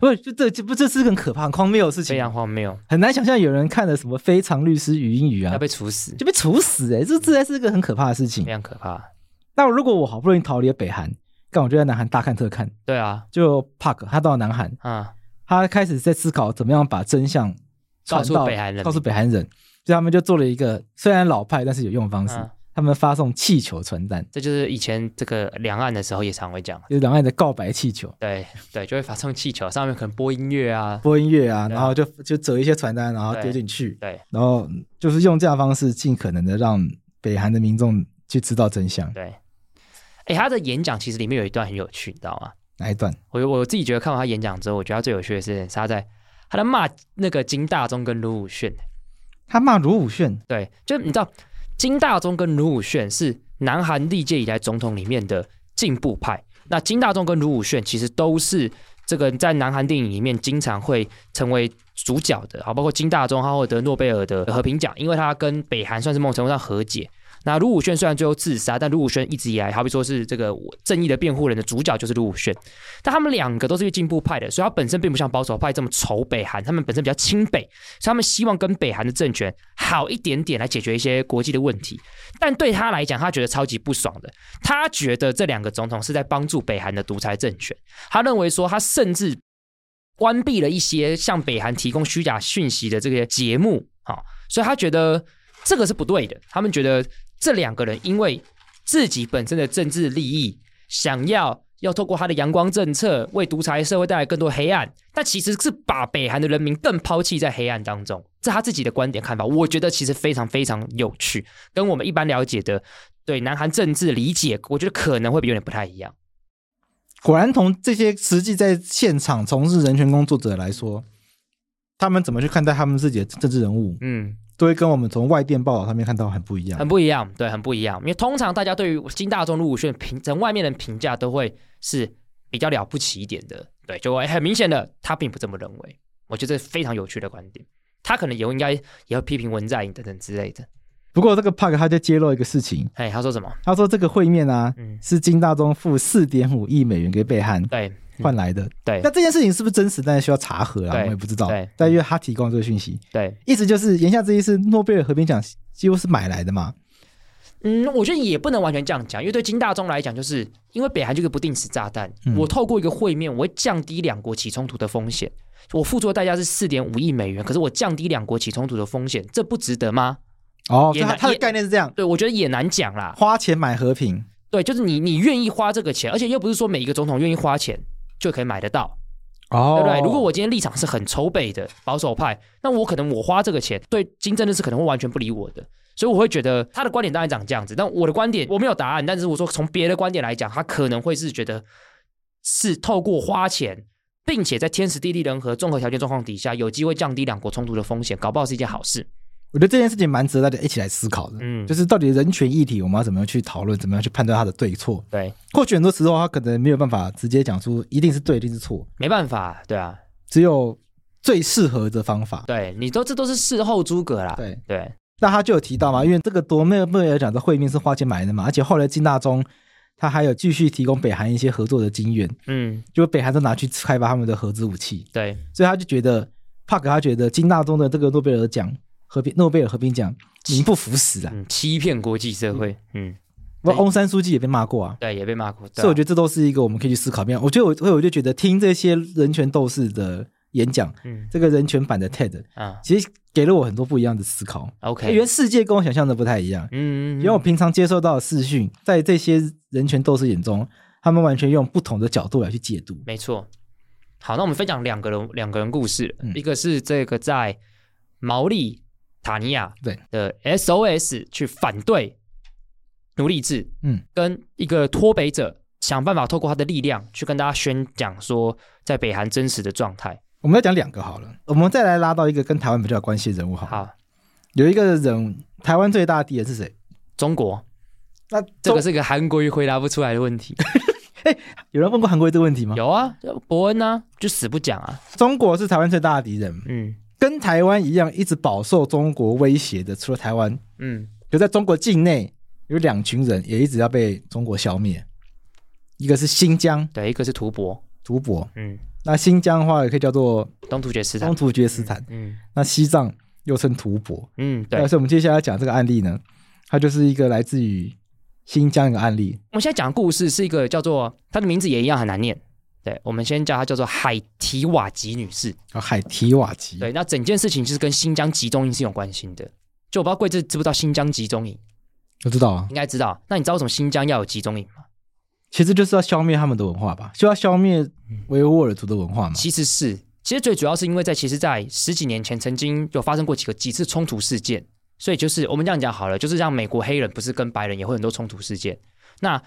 A: 不，就这这不这是很可怕、很荒谬的事
B: 非
A: 情，
B: 常荒谬，
A: 很难想象有人看了什么《非常律师禹英语》
B: 要
A: 啊，
B: 被处死，
A: 就被处死哎、欸，这这才是一个很可怕的事情
B: 非。常可怕。
A: 那如果我好不容易逃离了北韩，但我就在南韩大看特看，
B: 对啊，
A: 就 Park 他到南韩，
B: 啊，
A: 他开始在思考怎么样把真相传
B: 告
A: 到
B: 诉北韩人
A: 告诉北韩人，所以他们就做了一个虽然老派但是有用的方式，
B: 啊
A: 他们发送气球传单，
B: 这就是以前这个两岸的时候也常会讲，
A: 就是两岸的告白气球。
B: 对对，就会发送气球，上面可能播音乐啊，
A: 播音乐啊，
B: 对啊
A: 然后就就折一些传单，然后
B: 对
A: 丢进去，
B: 对
A: 然后就是用这样的方式，尽可能的让北韩的民众去知道真相。
B: 对。哎，他的演讲其实里面有一段很有趣，你知道吗？
A: 哪一段？
B: 我我自己觉得看完他演讲之后，我觉得他最有趣的是他在他在骂那个金大中跟卢武铉，
A: 他骂卢武铉，
B: 对，就你知道金大中跟卢武铉是南韩历届以来总统里面的进步派，那金大中跟卢武铉其实都是这个在南韩电影里面经常会成为主角的，好，包括金大中他获得诺贝尔的和平奖，因为他跟北韩算是某种程度上和解。那卢武铉虽然最后自杀，但卢武铉一直以来，好比说是这个正义的辩护人的主角就是卢武铉，但他们两个都是进步派的，所以他本身并不像保守派这么仇北韩，他们本身比较亲北，所以他们希望跟北韩的政权好一点点来解决一些国际的问题。但对他来讲，他觉得超级不爽的。他觉得这两个总统是在帮助北韩的独裁政权。他认为说，他甚至关闭了一些向北韩提供虚假讯息的这些节目啊、所以他觉得这个是不对的。他们觉得这两个人因为自己本身的政治利益，想要要透过他的阳光政策为独裁社会带来更多黑暗，但其实是把北韩的人民更抛弃在黑暗当中。这他自己的观点看法，我觉得其实非常非常有趣，跟我们一般了解的对南韩政治理解，我觉得可能会有点不太一样。
A: 果然，从这些实际在现场从事人权工作者来说，他们怎么去看待他们自己的政治人物，
B: 嗯，
A: 都会跟我们从外电报道上面看到很不一样
B: 很。不一样，对，很不一样。因为通常大家对于金大中卢武铉评，从外面人评价都会是比较了不起一点的，对，就会很明显的他并不这么认为。我觉得这是非常有趣的观点，他可能也应该也要批评文在寅等等之类的。
A: 不过，这个 Park 他就揭露一个事情，
B: 哎，他说什么？
A: 他说这个会面啊，
B: 嗯，
A: 是金大中付四点五亿美元给贝汉
B: 对，嗯
A: 换来的。
B: 对
A: 那这件事情是不是真实，但是需要查核啊，
B: 对
A: 我们也不知道
B: 对。
A: 但因为他提供了这个讯息，
B: 对，
A: 意思就是言下之意是诺贝尔和平奖几乎是买来的嘛。
B: 嗯，我觉得也不能完全这样讲，因为对金大中来讲，就是因为北韩这个不定时炸弹，
A: 嗯
B: 我透过一个会面，我会降低两国起冲突的风险，我付出的代价是四点五亿美元，可是我降低两国起冲突的风险，这不值得吗？
A: 哦，所
B: 也
A: 以他
B: 难
A: 他的
B: 也
A: 概念是这样：
B: 对，我觉得也难讲啦。
A: 花钱买和平。
B: 对，就是你你愿意花这个钱，而且又不是说每一个总统愿意花钱就可以买得到，
A: 哦
B: 对不对？如果我今天立场是很筹备的保守派，那我可能我花这个钱，对金正恩是可能会完全不理我的。所以我会觉得他的观点当然长这样子，但我的观点我没有答案。但是我说从别的观点来讲，他可能会是觉得是透过花钱，并且在天时地利人和综合条件状况底下，有机会降低两国冲突的风险，搞不好是一件好事。
A: 我觉得这件事情蛮值得大家一起来思考的，
B: 嗯
A: 就是到底人权议题我们要怎么样去讨论，怎么样去判断它的对错。
B: 对，
A: 或许很多时候他可能没有办法直接讲出一定是对，一定是错，
B: 没办法，对啊，
A: 只有最适合的方法。
B: 对你都这都是事后诸葛啦。
A: 对，
B: 对，
A: 那他就有提到嘛，因为这个夺诺贝尔奖的会面是花钱买的嘛，而且后来金大中他还有继续提供北韩一些合作的金元，
B: 嗯，
A: 就北韩都拿去开发他们的核子武器，
B: 对，
A: 所以他就觉得帕克他觉得金大中的这个诺贝尔奖和平诺贝尔和平奖名不符实啊，
B: 嗯，欺骗国际社会，嗯，
A: 不过翁山书记也被骂过啊。
B: 对，也被骂过。对啊
A: 所以我觉得这都是一个我们可以去思考面。我觉得我，所以我就觉得听这些人权斗士的演讲，
B: 嗯
A: 这个人权版的 TED，
B: 啊
A: 其实给了我很多不一样的思考。因
B: ，OK，
A: 为世界跟我想象的不太一样，
B: 嗯，
A: 因为我平常接受到的视讯，在这些人权斗士眼中，他们完全用不同的角度来去解读。
B: 没错。好，那我们分享两个人两个人故事，
A: 嗯
B: 一个是这个在毛利塔尼亚
A: 对
B: 的 SOS 去反对奴隶制，
A: 嗯，
B: 跟一个脱北者想办法透过他的力量去跟大家宣讲说在北韩真实的状态。
A: 我们要讲两个好了，我们再来拉到一个跟台湾比较有关系的人物好了。
B: 好，
A: 有一个人，台湾最大的敌人是谁？
B: 中国
A: 那
B: 这个
A: 中
B: 是个韩国瑜回答不出来的问题。
A: 有人问过韩国瑜这个问题吗？
B: 有啊，伯恩啊，就死不讲啊。
A: 中国是台湾最大的敌人，
B: 嗯
A: 跟台湾一样一直饱受中国威胁的，除了台湾，
B: 嗯，
A: 就在中国境内有两群人也一直要被中国消灭，一个是新疆
B: 对，一个是吐蕃，
A: 吐蕃，
B: 嗯，
A: 那新疆的话也可以叫做
B: 东突厥斯
A: 东
B: 坦，
A: 突厥斯坦，
B: 嗯
A: 那西藏又称吐蕃。
B: 嗯，对
A: 那。所以我们接下来讲这个案例呢，它就是一个来自于新疆一个案例，
B: 我们现在讲的故事是一个叫做她的名字也一样很难念，对，我们先叫她叫做海提瓦吉女士。
A: 叫海提瓦吉。
B: 对，那整件事情就是跟新疆集中营是有关系的。就我不知道贵志知不知道新疆集中营，
A: 我知道啊，
B: 应该知道。那你知道为什么新疆要有集中营吗？
A: 其实就是要消灭他们的文化吧，就要消灭维吾尔族的文化嘛。
B: 其实是，其实最主要是因为在其实，在十几年前曾经有发生过几个几次冲突事件，所以就是我们这样讲好了，就是让美国黑人不是跟白人也会很多冲突事件，那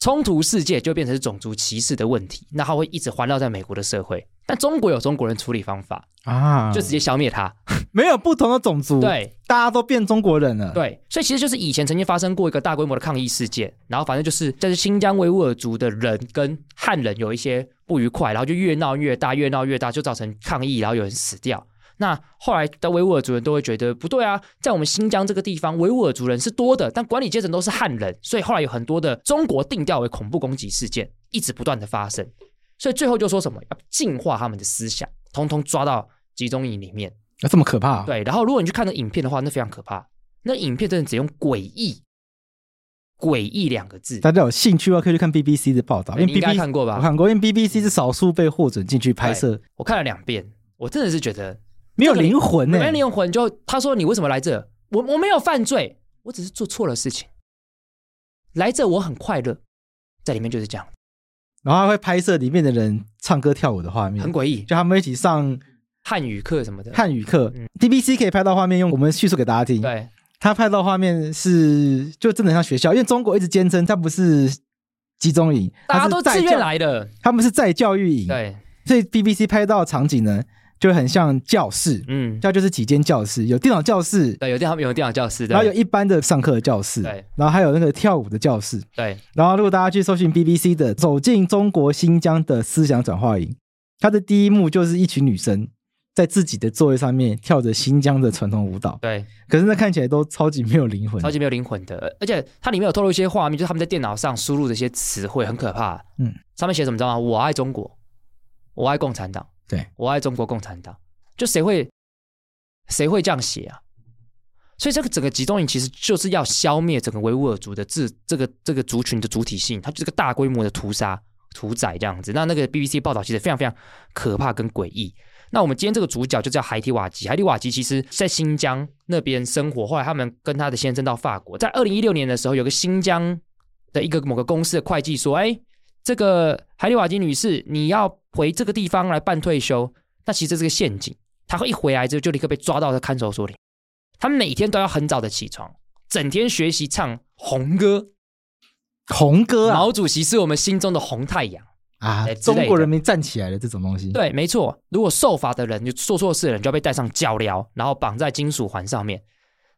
B: 冲突事件就变成是种族歧视的问题，那它会一直环绕在美国的社会。但中国有中国人处理方法，
A: 啊，
B: 嗯就直接消灭它。
A: 没有不同的种族，，
B: 对
A: 大家都变中国人了。
B: 对，所以其实就是以前曾经发生过一个大规模的抗议事件，然后反正就是在新疆维吾尔族的人跟汉人有一些不愉快，然后就越闹越大，越闹越大，就造成抗议，然后有人死掉。那后来的维吾尔族人都会觉得不对啊，在我们新疆这个地方，维吾尔族人是多的，但管理阶层都是汉人，所以后来有很多的中国定调为恐怖攻击事件，一直不断的发生。所以最后就说什么要净化他们的思想，通通抓到集中营里面。
A: 啊，这么可怕、啊？
B: 对，然后如果你去看那影片的话，那非常可怕。那影片真的只用“诡异”“诡异”两个字，
A: 大家有兴趣的话，可以去看 BBC 的报道，
B: 对
A: 因
B: 你
A: 为
B: 应该
A: BBC
B: 看过
A: 我
B: 吧？
A: 看过，因为 BBC 是少数被获准进去拍摄，
B: 我看了两遍，我真的是觉得
A: 没有灵魂呢、
B: 没灵魂就。他说你为什么来这？我我没有犯罪，我只是做错了事情。来这我很快乐，在里面就是这样，
A: 然后还会拍摄里面的人唱歌跳舞的画面
B: 很，诡异。
A: 嗯就他们一起上
B: 汉语课什么的，
A: 汉语课
B: 嗯。
A: BBC 可以拍到画面，用我们叙述给大家听。
B: 对
A: 他拍到画面是就真的很像学校，因为中国一直坚称它不是集中营，
B: 大家
A: 它是
B: 都
A: 在
B: 自
A: 教嗯
B: 愿，来的，
A: 他们是在教育营，
B: 对，
A: 所以 BBC 拍到的场景呢，就很像教室，
B: 嗯，
A: 教就是几间教室，有电脑教室，
B: 对，有电脑有电脑教室，
A: 然后有
B: 对，
A: 一般的上课的教室
B: 对，
A: 然后还有那个跳舞的教室。
B: 对，
A: 然后如果大家去搜寻 BBC 的《走进中国新疆的思想转化营》，它的第一幕就是一群女生在自己的座位上面跳着新疆的传统舞蹈，
B: 对，
A: 可是那看起来都超级没有灵魂的，
B: 超级没有灵魂的，而且它里面有透露一些画面，就是他们在电脑上输入的一些词汇，很可怕。
A: 嗯，
B: 上面写什么？知道吗？我爱中国，我爱共产党，
A: 对
B: 我爱中国共产党，就谁会谁会这样写啊？所以这个整个集中营其实就是要消灭整个维吾尔族的自这个这个族群的主体性，它就是个大规模的屠杀、屠宰这样子。那那个 BBC 报道其实非常非常可怕跟诡异。那我们今天这个主角就叫海蒂瓦吉。海蒂瓦吉其实在新疆那边生活，后来他们跟他的先生到法国，在二零一六年的时候，有个新疆的一个某个公司的会计说：“哎，这个海蒂瓦吉女士，你要回这个地方来办退休。”那其实这是个陷阱，他会一回来之后就立刻被抓到的看守所里。他每天都要很早的起床，整天学习唱红歌。
A: 红歌啊
B: 毛主席是我们心中的红太阳。
A: 啊
B: 哎！之类的
A: 中国人民站起来了这种东西，
B: 对，没错。如果受罚的人就做错事的人，就要被带上脚镣，然后绑在金属环上面。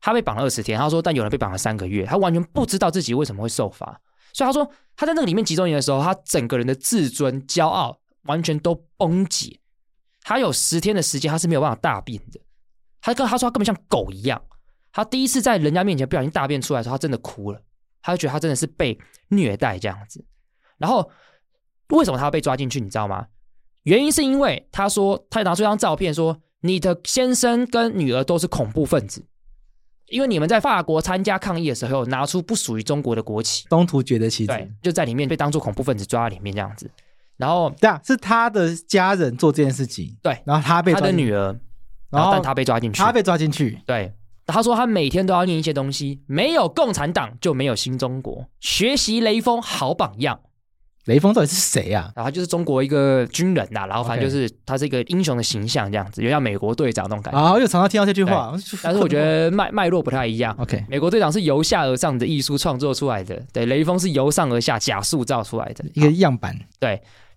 B: 他被绑了二十天，他说，但有人被绑了三个月，他完全不知道自己为什么会受罚。所以他说，他在那个里面集中营的时候，他整个人的自尊、骄傲完全都崩解。他有十天的时间，他是没有办法大便的。他跟他说，他根本像狗一样。他第一次在人家面前不小心大便出来的时候，他真的哭了，他就觉得他真的是被虐待这样子。然后为什么他要被抓进去，你知道吗？原因是因为他说他拿出一张照片说，你的先生跟女儿都是恐怖分子，因为你们在法国参加抗议的时候拿出不属于中国的国旗，
A: 东突厥的旗子，
B: 对，就在里面被当做恐怖分子抓在里面这样子。然后
A: 对啊，是他的家人做这件事情，
B: 对
A: 然后他被
B: 他
A: 抓
B: 的
A: 进去，
B: 女儿，然
A: 然
B: 后
A: 后
B: 但他被抓进去，
A: 他被抓进去，
B: 对，他说他每天都要念一些东西，没有共产党就没有新中国，学习雷锋好榜样。
A: 雷锋到底是谁啊？
B: 然后他就是中国一个军人呐、然后反正就是他是一个英雄的形象这样子，有点像美国队长那种感觉。
A: 然后又常常听到这句话，
B: 但是我觉得脉脉络不太一样。
A: OK，
B: 美国队长是由下而上的艺术创作出来的，对，雷锋是由上而下假塑造出来的。
A: 一个样板，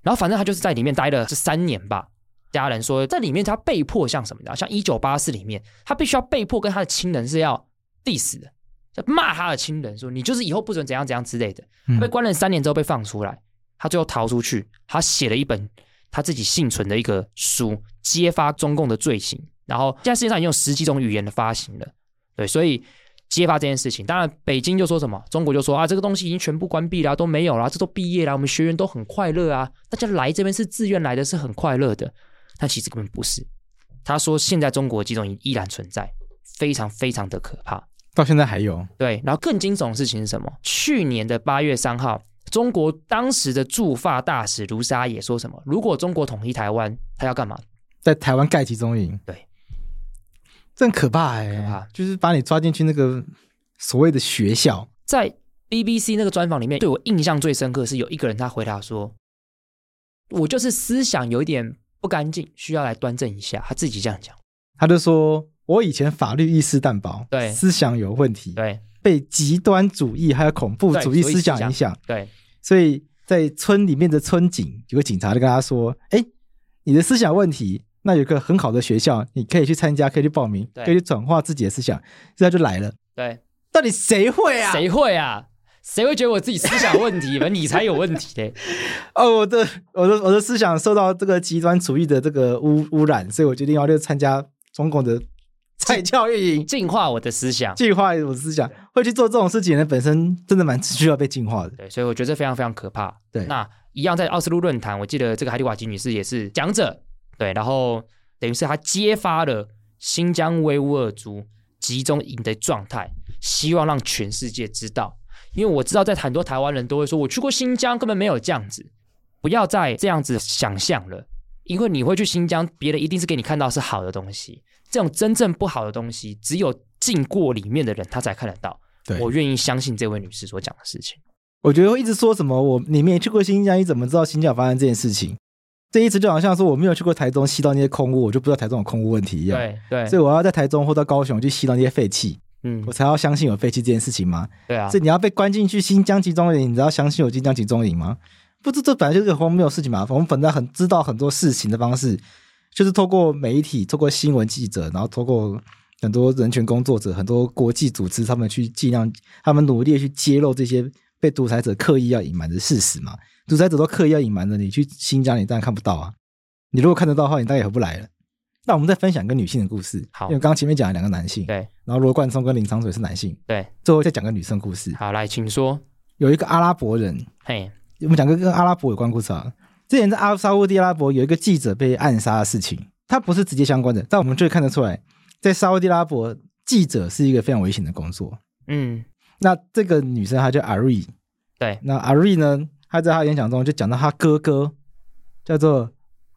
B: 然后反正他就是在里面待了这三年吧。家人说，在里面他被迫像什么的，像一九八四里面，他必须要被迫跟他的亲人是要 diss 的，就骂他的亲人说你就是以后不准怎样怎样之类的。
A: 嗯
B: 被关了三年之后被放出来，他最后逃出去，他写了一本他自己幸存的一个书，揭发中共的罪行。然后现在世界上已经有十几种语言的发行了，对，所以揭发这件事情，当然北京就说什么，中国就说啊，这个东西已经全部关闭啦，啊都没有啦，这都毕业啦，我们学员都很快乐啊，大家来这边是自愿来的，是很快乐的。但其实根本不是。他说现在中国集中营依然存在，非常非常的可怕。
A: 到现在还有，
B: 对，然后更惊悚的事情是什么？去年的八月三号，中国当时的驻法大使卢沙也说什么？如果中国统一台湾，他要干嘛？
A: 在台湾盖集中营，
B: 对，
A: 这很可怕哎、
B: 可怕
A: 就是把你抓进去那个所谓的学校，
B: 在 BBC 那个专访里面，对我印象最深刻是有一个人他回答说：“我就是思想有一点不干净，需要来端正一下。”他自己这样讲。
A: 他就说我以前法律意识淡薄，
B: 对
A: 思想有问题，
B: 对
A: 被极端主义还有恐怖主义
B: 对所以
A: 思想
B: 思想
A: 影响，
B: 对
A: 所以在村里面的村警有个警察就跟他说，哎，你的思想问题。那有一个很好的学校，你可以去参加，可以去报名，
B: 对
A: 可以去转化自己的思想，所以他就来了。
B: 对，
A: 到底谁会啊？
B: 谁会啊？谁会觉得我自己思想有问题？ 你才有问题嘞！
A: 哦，我的我的我的思想受到这个极端主义的这个污污染，所以我决定要去参加中共 的再教育营，
B: 净化我的思想。
A: 净化我的思想。会去做这种事情的人本身真的蛮需要被净化的。
B: 对，所以我觉得这非常非常可怕。
A: 对
B: 那一样在奥斯陆论坛，我记得这个海蒂瓦吉女士也是讲者，对，然后等于是她揭发了新疆维吾尔族集中营的状态，希望让全世界知道。因为我知道，在很多台湾人都会说，我去过新疆，根本没有这样子，不要再这样子想象了，因为你会去新疆，别人一定是给你看到是好的东西，这种真正不好的东西，只有进过里面的人他才看得到。
A: 对
B: 我愿意相信这位女士所讲的事情。
A: 我觉得会一直说什么我你没去过新疆，你怎么知道新疆有发生这件事情？这一直就好像说我没有去过台中吸到那些空污，我就不知道台中有空污问题一样。
B: 对对
A: 所以我要在台中或到高雄去吸到那些废气，
B: 嗯
A: 我，才要相信有废弃这件事情吗？
B: 对啊
A: 所，以你要被关进去新疆集中营，你只要相信有新疆集中营吗？不知这本来就是个荒谬的事情嘛。我们本来很知道很多事情的方式，就是透过媒体、透过新闻记者，然后透过很多人权工作者、很多国际组织，他们去尽量，他们努力地去揭露这些被独裁者刻意要隐瞒的事实嘛。独裁者都刻意要隐瞒的，你去新疆你当然看不到啊。你如果看得到的话，你大概也回不来了。那我们再分享一个女性的故事，
B: 好
A: 因为刚刚前面讲了两个男性，
B: 对
A: 然后罗贯中跟林长水是男性，
B: 对，
A: 最后再讲个女生故事。
B: 好，来，请说。
A: 有一个阿拉伯人，
B: 嘿，
A: 我们讲个跟阿拉伯有关故事啊。之前在阿沙乌地阿拉伯有一个记者被暗杀的事情，他不是直接相关的，但我们就会看得出来，在沙乌地阿拉伯，记者是一个非常危险的工作。
B: 嗯，
A: 那这个女生她叫阿瑞，
B: 对，
A: 那阿瑞呢，她在她演讲中就讲到她哥哥叫做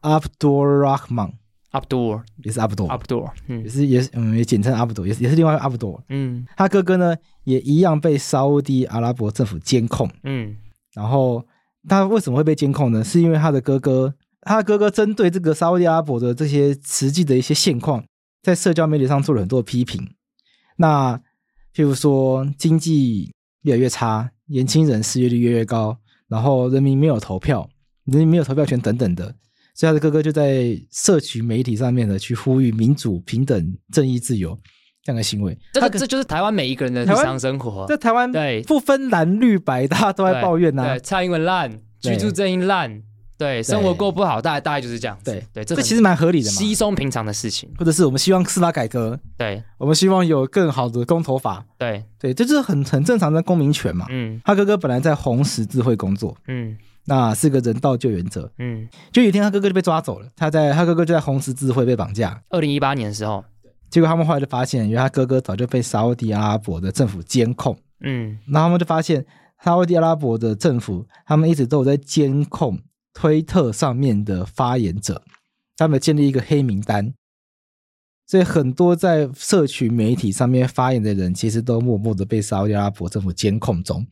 A: Abdul Rahman，
B: Abdul
A: 也是阿布多，
B: Abdul，
A: 哦也
B: 嗯
A: 是也是嗯，也简称阿布多，也是也是另外一个阿布多。
B: 嗯
A: 他哥哥呢，也一样被沙乌地阿拉伯政府监控。
B: 嗯
A: 然后他为什么会被监控呢？是因为他的哥哥，他的哥哥针对这个沙烏地阿拉伯的这些实际的一些现况，在社交媒体上做了很多批评。那譬如说，经济越来越差，年轻人失业率越来越高，然后人民没有投票，人民没有投票权等等的。所以他的哥哥就在社群媒体上面呢，去呼吁民主、平等、正义、自由这样的行为。
B: 这
A: 他
B: 个
A: 可
B: 这就是台湾每一个人的日
A: 台湾
B: 常生活。
A: 在台湾
B: 哦对
A: 不分蓝绿白，大家都在抱怨啊呐、
B: 对，蔡英文烂，
A: 对
B: 居住正义烂，对，生活过不好，大概大概就是这样子。
A: 对
B: 对，
A: 这
B: 很
A: 其实蛮合理的嘛。
B: 稀松平常的事情。
A: 或者是我们希望司法改革，
B: 对
A: 我们希望有更好的公投法，
B: 对，
A: 对，这就是很很正常的公民权嘛。
B: 嗯
A: 他哥哥本来在红十字会工作，
B: 嗯
A: 那是个人道救援者。
B: 嗯。
A: 就有一天，他哥哥就被抓走了，他在他哥哥就在红十字会被绑架，
B: 二零一八年的时候，
A: 结果他们后来就发现，因为他哥哥早就被沙烏地阿拉伯的政府监控，
B: 嗯
A: 然后他们就发现沙烏地阿拉伯的政府，他们一直都有在监控推特上面的发言者，他们建立一个黑名单，所以很多在社群媒体上面发言的人，其实都默默的被沙烏地阿拉伯政府监控中。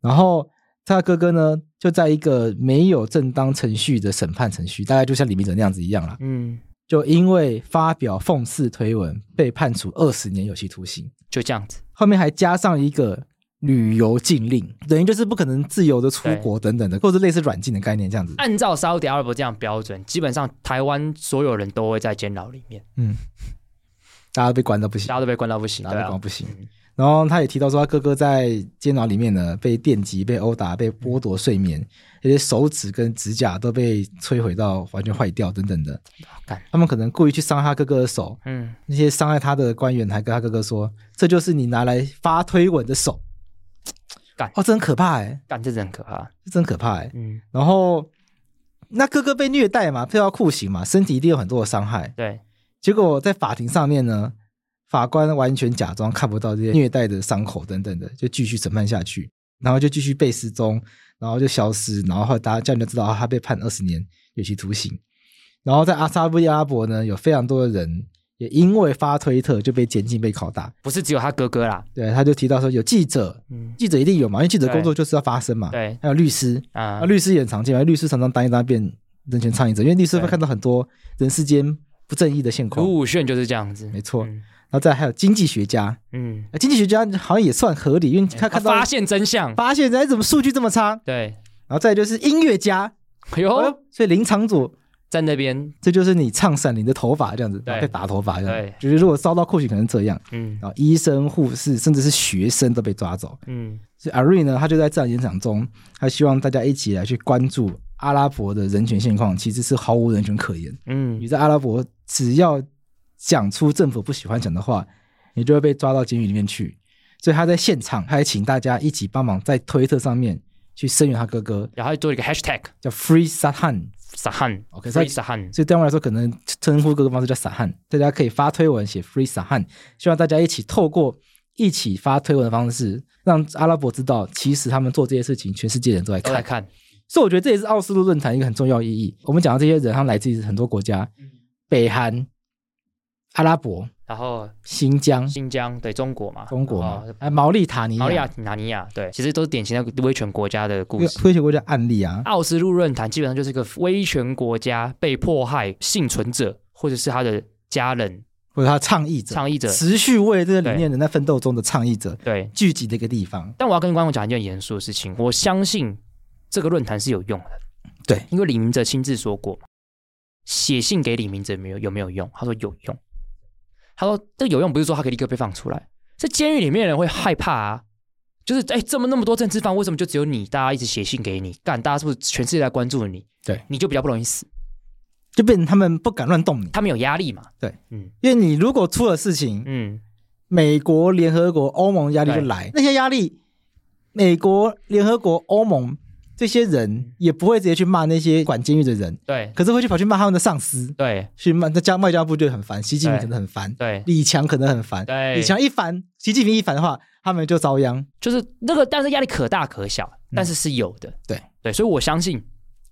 A: 然后他哥哥呢，就在一个没有正当程序的审判程序，大概就像李明哲那样子一样啦，
B: 嗯，
A: 就因为发表讽刺推文被判处二十年有期徒刑。
B: 就这样子。
A: 后面还加上一个旅游禁令，等于就是不可能自由的出国等等的，或者类似软禁的概念这样子。
B: 按照沙特阿拉伯这样的标准，基本上台湾所有人都会在监牢里面，
A: 大家被关到不行
B: 大，家都被关到不行。
A: 大
B: 对
A: 家被
B: 啊
A: 关，不行
B: 嗯。
A: 然后他也提到说，他哥哥在监牢里面呢，被电击、被殴打、被剥夺睡眠，而且手指跟指甲都被摧毁到完全坏掉等等的
B: 干。
A: 他们可能故意去伤害他哥哥的手，
B: 嗯，
A: 那些伤害他的官员还跟他哥哥说：“这就是你拿来发推文的手。”
B: 干
A: 哦，这很可怕哎、欸，
B: 干这真的很可怕。
A: 这真可怕哎、欸。
B: 嗯，
A: 然后那哥哥被虐待嘛，配到酷刑嘛，身体一定有很多的伤害。
B: 对，
A: 结果在法庭上面呢，法官完全假装看不到这些虐待的伤口等等的，就继续审判下去，然后就继续被失踪，然后就消失，然后后来大家这样就知道啊他被判二十年有期徒刑。然后在阿萨布阿拉伯呢，有非常多的人也因为发推特就被监禁、被拷打。
B: 不是只有他哥哥啦。
A: 对，他就提到说，有记者，
B: 嗯
A: 记者一定有嘛，因为记者工作就是要发声嘛。
B: 对
A: 还有律师，啊，，
B: 啊
A: 律师也很常见嘛，律师常常当一当变人权倡议者，因为律师会
B: 对
A: 看到很多人世间不正义的现况，
B: 卢武铉就是这样子。
A: 没错。
B: 嗯
A: 然后再来还有经济学家，
B: 嗯，
A: 啊经济学家好像也算合理，因为他
B: 他
A: 看到
B: 哎发现真相。
A: 发现哎怎么数据这么差，
B: 对，
A: 然后再来就是音乐家，
B: 哎呦，
A: 哦，所以林场佐。
B: 在那边，
A: 这就是你唱闪灵的头发这样子，
B: 对
A: 然后被打头发这样
B: 对
A: 子，就是如果遭到酷刑可能这样，
B: 嗯
A: 然后医生、护士甚至是学生都被抓走。
B: 嗯
A: 所以阿瑞呢，他就在这场演讲中，他希望大家一起来去关注阿拉伯的人权现况，其实是毫无人权可言。你
B: 嗯，
A: 在阿拉伯只要讲出政府不喜欢讲的话，你就会被抓到监狱里面去。所以他在现场，他还请大家一起帮忙在推特上面去声援他哥哥，
B: 然后做一个 hashtag
A: 叫 Free Sahan。
B: 撒汉
A: OK，
B: ，free
A: 所以
B: 撒汉，
A: 所以对他们来说，可能称呼各个方式叫 Sahan，大家可以发推文写 Free Sahan，希望大家一起透过一起发推文的方式，让阿拉伯知道，其实他们做这些事情，全世界人都在
B: 都
A: 看
B: 来。看。
A: 所以我觉得这也是奥斯陆论坛一个很重要意义。我们讲到这些人，他们来自于很多国家，北韩、阿拉伯、
B: 然后
A: 新疆、
B: 新疆，对中国嘛，
A: 中国嘛
B: 然后，
A: 啊，毛利塔尼
B: 毛利亚
A: 亚，、
B: 纳尼亚，对，其实都是典型的威权国家的故事。
A: 推学国家案例啊，
B: 奥斯陆论坛基本上就是一个威权国家被迫害幸存者或者是他的家人
A: 或者他倡议者、
B: 倡议者
A: 持续为这个理念人在奋斗中的倡议者
B: 对，
A: 聚集的一个地方。
B: 但我要跟观众讲一件严肃的事情，我相信这个论坛是有用的。
A: 对，
B: 因为李明哲亲自说过，写信给李明哲没有有没有用？他说有用。他说这个有用不是说他可以立刻被放出来，在监狱里面的人会害怕啊。就是哎，这么那么多政治犯，为什么就只有你？大家一直写信给你，干，大家是不是全世界在关注你？
A: 对，
B: 你就比较不容易死。
A: 就变成他们不敢乱动你，
B: 他们有压力嘛？
A: 对，
B: 嗯
A: 因为你如果出了事情，
B: 嗯，
A: 美国、联合国、欧盟压力就
B: 对
A: 来，那些压力，美国、联合国、欧盟这些
B: 嗯
A: 人也不会直接去骂那些管监狱的人，
B: 对
A: 可是会去跑去骂他们的上司，
B: 对
A: 去骂那家外交部就很烦，习近平
B: 对
A: 可能很烦，
B: 对，
A: 李强可能很烦，
B: 对
A: 李强一烦，习近平一烦的话，他们就遭殃。
B: 就是那个，但是压力可大可小，但是是有的。
A: 嗯对
B: 对，所以我相信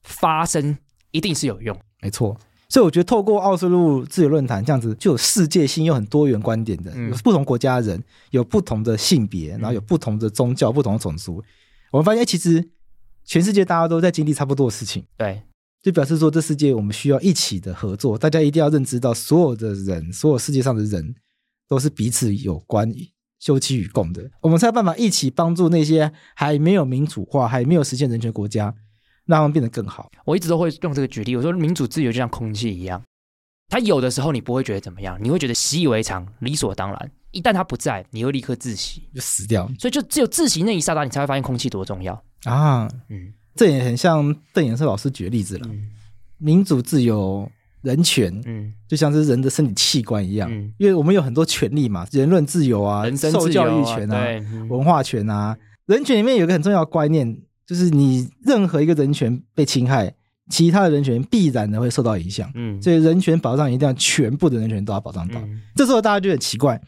B: 发声一定是有用。
A: 没错。所以我觉得透过奥斯陆自由论坛这样子，就有世界性又很多元观点的，
B: 嗯
A: 有不同国家的人，有不同的性别，然后有不同的宗教、不同的种族。我们发现，哎其实全世界大家都在经历差不多的事情，
B: 对
A: 就表示说这世界我们需要一起的合作。大家一定要认知到，所有的人，所有世界上的人都是彼此有关、休戚与共的。我们才有办法一起帮助那些还没有民主化、还没有实现人权国家，让他们变得更好。
B: 我一直都会用这个举例，我说民主自由就像空气一样，它有的时候你不会觉得怎么样，你会觉得习以为常、理所当然。一旦它不在，你会立刻窒息。
A: 就死掉
B: 所以就只有窒息那一刹那，你才会发现空气多重要。
A: 啊！
B: 嗯
A: 这也很像邓衍社老师举的例子了。
B: 嗯
A: 民主、自由、人权，
B: 嗯
A: 就像是人的身体器官一样，
B: 嗯，
A: 因为我们有很多权利嘛，言论自由啊，
B: 人身
A: 受
B: 自由、
A: 教
B: 啊、
A: 育权啊，
B: 对，嗯
A: 文化权啊。人权里面有一个很重要的观念，就是你任何一个人权被侵害，其他的人权必然的会受到影响。
B: 嗯
A: 所以人权保障一定要全部的人权都要保障到。
B: 嗯
A: 这时候大家就很奇怪，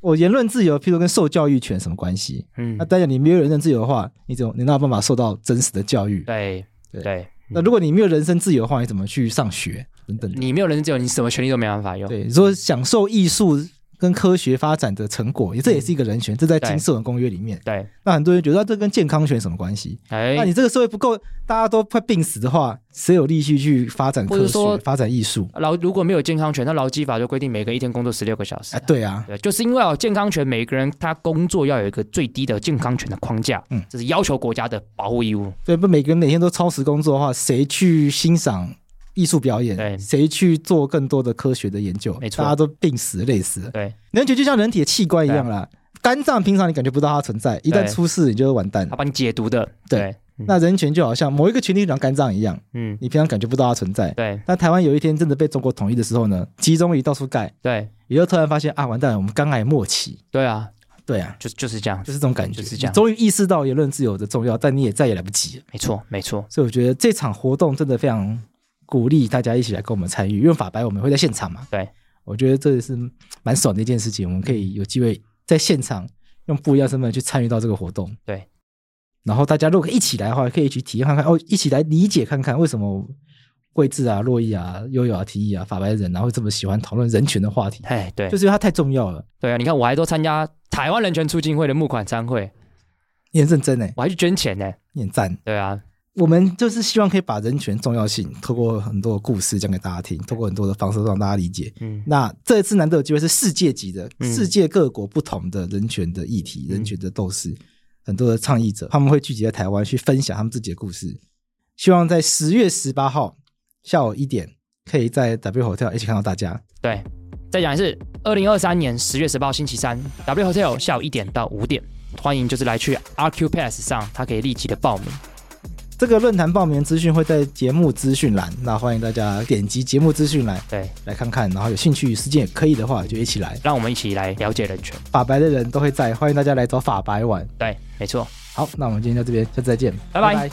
A: 我言论自由，譬如跟受教育权有什么关系？
B: 嗯
A: 那，当然，你没有言论自由的话，你怎么你哪有办法受到真实的教育？
B: 对
A: 对
B: 对，
A: 那如果你没有人身自由的话，你怎么去上学等等的？
B: 你没有人身自由，你什么权利都没办法用。
A: 对，你说享受艺术跟科学发展的成果，这也是一个人权，这在《金色文公约》里面。
B: 对，
A: 那很多人觉得啊这跟健康权有什么关系？
B: 哎
A: 那，你这个社会不够，大家都快病死的话，谁有力气去发展
B: 或者
A: 科
B: 说
A: 学、发展艺术？
B: 劳如果没有健康权，那劳基法就规定每个一天工作十六个小时
A: 啊，。对啊，
B: 对，就是因为有健康权，每个人他工作要有一个最低的健康权的框架，
A: 嗯
B: 这是要求国家的保护义务。
A: 对，不每个人每天都超时工作的话，谁去欣赏艺术表
B: 对
A: 演？谁去做更多的科学的研究？
B: 没错
A: 大家都病死、累死了。
B: 对，
A: 人觉就像人体的器官一样啦，肝脏平常你感觉不到它存在，一旦
B: 啊对
A: 出事你就完蛋
B: 他
A: 了。
B: 帮你解读的，对
A: 对，那人权就好像某一个群体长肝脏一样，
B: 嗯，
A: 你平常感觉不到它存在。
B: 对
A: 那台湾有一天真的被中国统一的时候呢，集中营到处盖，
B: 对
A: 也就突然发现啊，完蛋了，我们肝癌末期。
B: 对啊，
A: 对啊，
B: 就就是这样
A: 就，是这种感觉，
B: 就是这样
A: 你终于意识到言论自由的重要，但你也再也来不及了。
B: 没错没错，
A: 所以我觉得这场活动真的非常鼓励大家一起来跟我们参与，因为法白我们会在现场嘛。
B: 对，
A: 我觉得这也是蛮爽的一件事情，我们可以有机会在现场用不一样身份去参与到这个活动。
B: 对，
A: 然后大家如果一起来的话，可以去体验看看哦，一起来理解看看为什么桂智啊、洛伊啊、悠悠啊、提议啊、法白人然后这么喜欢讨论人权的话题，
B: 哎，对
A: 就是因为它太重要了。
B: 对啊，你看我还都参加台湾人权促进会的募款参会，
A: 你很认真哎，
B: 我还去捐钱呢，
A: 你很赞。
B: 对啊，
A: 我们就是希望可以把人权重要性透过很多的故事讲给大家听，透过很多的方式让大家理解。
B: 嗯
A: 那这一次难得有机会是世界级的，
B: 嗯
A: 世界各国不同的人权的议题、
B: 嗯
A: 人权的斗士，很多的倡议者，他们会聚集在台湾去分享他们自己的故事。希望在十月十八号下午一点，可以在 W Hotel 一起看到大家。
B: 对，再讲一次，二零二三年十月十八号星期三，W Hotel 下午一点到五点，欢迎就是来去 RQ Pass 上，它可以立即的报名。
A: 这个论坛报名资讯会在节目资讯栏，那欢迎大家点击节目资讯栏
B: 对，
A: 来看看，然后有兴趣时间也可以的话就一起来。
B: 让我们一起来了解人权。
A: 法白的人都会在，欢迎大家来找法白玩。
B: 对，没错。
A: 好，那我们今天到这边，下次再见，
B: 拜拜